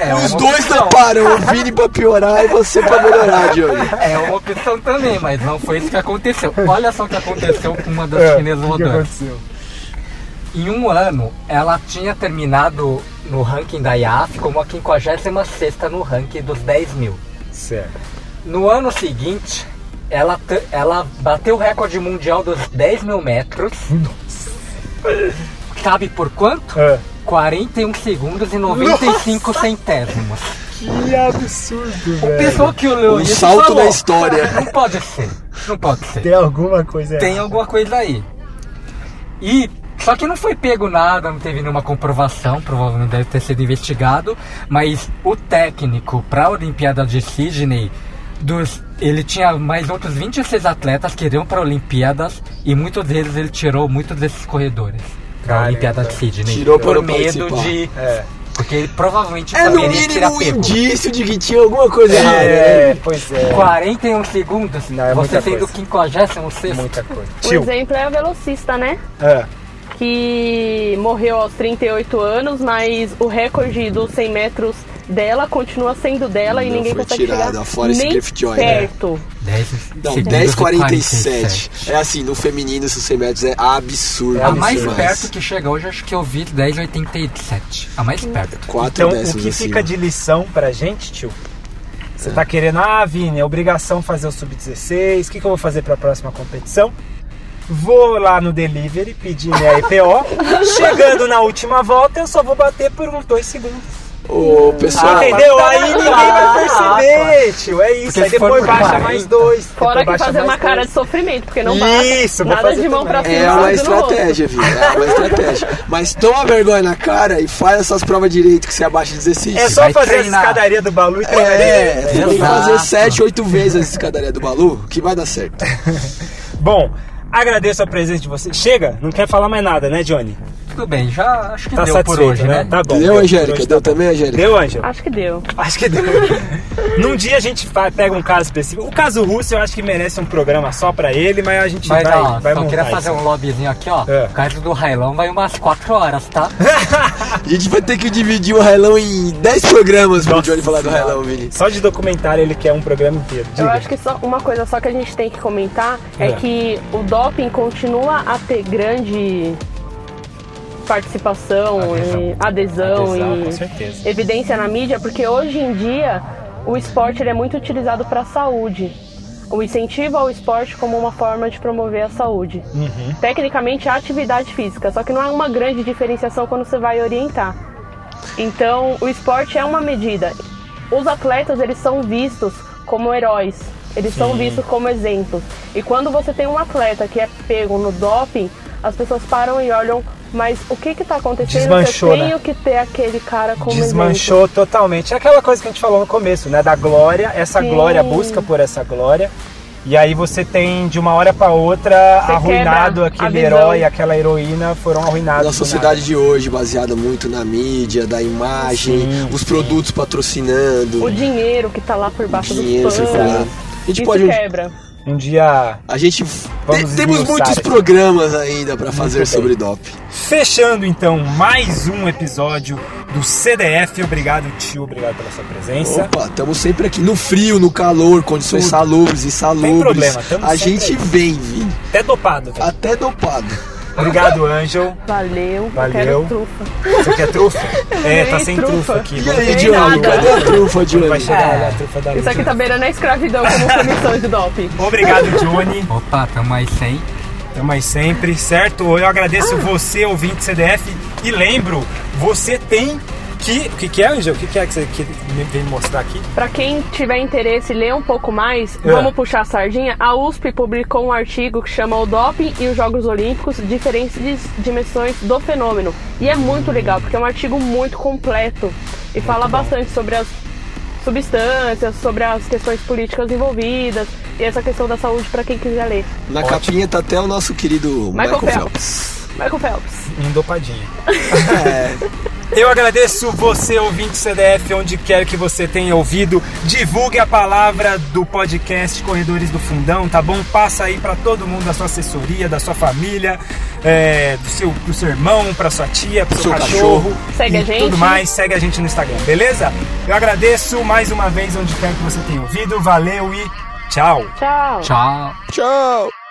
É
Os
uma
dois
opção.
taparam, o Vini pra piorar e você pra melhorar, Diogo.
É uma opção também, mas não foi isso que aconteceu. Olha só o que aconteceu com uma das
É,
chinesas
o que que
voadoras.
aconteceu?
Em um ano, ela tinha terminado no ranking da IAF como a 56 no ranking dos 10 mil.
Certo.
No ano seguinte, ela, t- ela bateu o recorde mundial dos 10 mil metros. Sabe por quanto?
É.
41 segundos e 95 centésimos.
Que absurdo, velho.
Pensou que o
Um
Leonid
salto
falou,
da história.
Não pode ser. Não pode ser.
Tem alguma coisa
Tem
errada.
alguma coisa aí. E só que não foi pego nada, não teve nenhuma comprovação, provavelmente deve ter sido investigado, mas o técnico para a Olimpíada de Sydney dos ele tinha mais outros 26 atletas que iriam para Olimpíadas e muitos deles ele tirou muitos desses corredores. Pra
Caramba.
Olimpíada de Sydney.
Tirou
por
para
medo
participar.
de.
É.
Porque ele provavelmente
É no
saberia que era
mínimo um
pego.
indício de que tinha alguma coisa errada. né?
É, pois é.
41 segundos,
Não, é
você
muita
sendo
coisa.
56
Muita coisa.
O exemplo é o velocista, né?
É.
Que morreu aos 38 anos, mas o recorde dos 100 metros dela continua sendo dela e
Não
ninguém
foi
consegue
tirado,
chegar
a Florence
nem
Griffith-Joy, né?
perto.
É
10
Não,
segundos e
10,47. É assim, no feminino, esses 100 metros é absurdo.
É
A mais
demais.
perto que chega hoje, acho que eu vi 10,87. A mais perto.
Quatro
Então, o
décimos
assim,
que
acima.
fica de lição pra gente, tio? Você tá querendo, ah, Vini, é obrigação fazer o sub-16, o que, que eu vou fazer pra próxima competição? vou lá no delivery pedir minha
[LAUGHS]
EPO. Chegando na última volta, eu só vou bater por uns dois segundos.
Ô, pessoal.
Ah, Entendeu? Aí ninguém vai
Ah,
perceber, tio. É isso.
tá. Porque
Aí
se for
depois
por
baixa
40,
mais dois.
Fora
depois
que
baixa
fazer
mais
uma cara
dois.
de sofrimento, porque não bate.
Isso, vou
Nada
fazer
de mão
também.
pra cima.
É
nada
uma
no
estratégia, viu? É uma estratégia. Mas toma vergonha na cara e faz essas provas direito que você abaixa 16.
É só
Vai
fazer
treinar.
a escadaria do Balu e treinar.
É, tem que
Exato.
fazer 7, 8 vezes essa escadaria do Balu, que vai dar certo.
Bom, agradeço a presença de você. Chega, não quer falar mais nada, né, Johnny?
Tudo bem, já acho que
Tá
deu por
satisfeito,
hoje, né?
né? Tá bom.
Deu,
por
Angélica?
hoje,
Deu
tá bom.
também, Angélica?
Deu, Angélica? [LAUGHS]
Acho que deu.
Acho que deu. Num dia a gente fa- pega um caso específico. O caso russo eu acho que merece um programa só pra ele, mas a gente
Mas
vai,
ó,
vai
só
montar
queria
isso.
fazer um lobbyzinho aqui, ó.
É.
O caso do Railão vai umas 4 horas, tá?
A gente vai ter que dividir o Railão em 10 programas pro
Nossa
Johnny falar do
Senhora.
Railão, Vini.
Só de documentário ele quer um programa inteiro.
Eu
Diga.
acho que só uma coisa só que a gente tem que comentar é,
É.
que o doping continua a ter grande participação e adesão,
Adesão,
e
com certeza.
evidência na mídia, porque hoje em dia o esporte ele é muito utilizado para a saúde. O incentivo ao esporte como uma forma de promover a saúde.
Uhum.
Tecnicamente, a atividade física, só que não há uma grande diferenciação quando você vai orientar. Então, o esporte é uma medida. Os atletas, eles são vistos como heróis. Eles são vistos como exemplos. E quando você tem um atleta que é pego no doping, as pessoas param e olham, mas o que que tá acontecendo? que
Desmanchou, né?"
eu tenho que ter aquele cara como exemplo.
Desmanchou totalmente. É Aquela coisa que a gente falou no começo, né? Da glória, essa
Sim.
glória, a busca por essa glória. E aí você tem, de uma hora pra outra,
Você
arruinado
quebra a
aquele
visão.
herói, aquela heroína, foram arruinados.
Na
do
sociedade de hoje, baseada muito na mídia, da imagem,
Sim,
os produtos patrocinando,
O dinheiro que tá lá por baixo
dinheiro
dos
circulando.
panos.
tipo, A gente
Isso é.
pode.
quebra.
nada. Um dia
A gente.
Vamos
te- temos
esmiuçar
muitos
aqui.
programas ainda pra fazer
bem.
sobre DOP.
Fechando então mais um episódio do CDF. Obrigado, tio. Obrigado pela sua presença.
Opa, estamos sempre aqui no frio, no calor, condições
Tudo.
salubres,
Tem
insalubres.
problema, tamo
A
sempre
gente
aí.
vem, Vini.
Até dopado, velho.
Até dopado.
Obrigado, Ângel.
Valeu.
Valeu.
Eu quero trufa.
Você quer trufa? É, tá
Nem
sem
trufa.
trufa aqui.
E aí,
tem
Johnny?
nada.
Cadê a trufa,
é Vai
Johnny?
chegar lá, a trufa da
Isso
Lúcia.
aqui tá beirando a escravidão como punição de doping.
Obrigado, Johnny.
Opa, tamo aí sem.
Tamo aí sempre, certo? Eu agradeço você, ouvinte CDF, e lembro, você tem que. O que, que é, Angel? O que, que é que você que me- vem me mostrar aqui?
Pra quem tiver interesse em ler um pouco mais,
É.
vamos puxar a sardinha. A USP publicou um artigo que chama O Doping e os Jogos Olímpicos: Diferentes Dis- Dimensões do Fenômeno. E é muito legal, porque é um artigo muito completo e fala bastante sobre as substâncias, sobre as questões políticas envolvidas e essa questão da saúde pra quem quiser ler.
Na capinha tá até o nosso querido
Michael
Michael,
Phelps.
Phelps.
Michael Phelps.
Um dopadinho.
É.
[LAUGHS] Eu agradeço você, ouvinte CDF, onde quer que você tenha ouvido. Divulgue a palavra do podcast Corredores do Fundão, tá bom? Passa aí pra todo mundo, da sua assessoria, da sua família, é, do, seu, do seu irmão, pra sua tia, pro seu,
Seu
cachorro.
cachorro.
e
Segue a gente.
Tudo mais, segue a gente no Instagram, beleza? Eu agradeço mais uma vez, onde quer que você tenha ouvido. Valeu e tchau!
Tchau.
Tchau.
Tchau.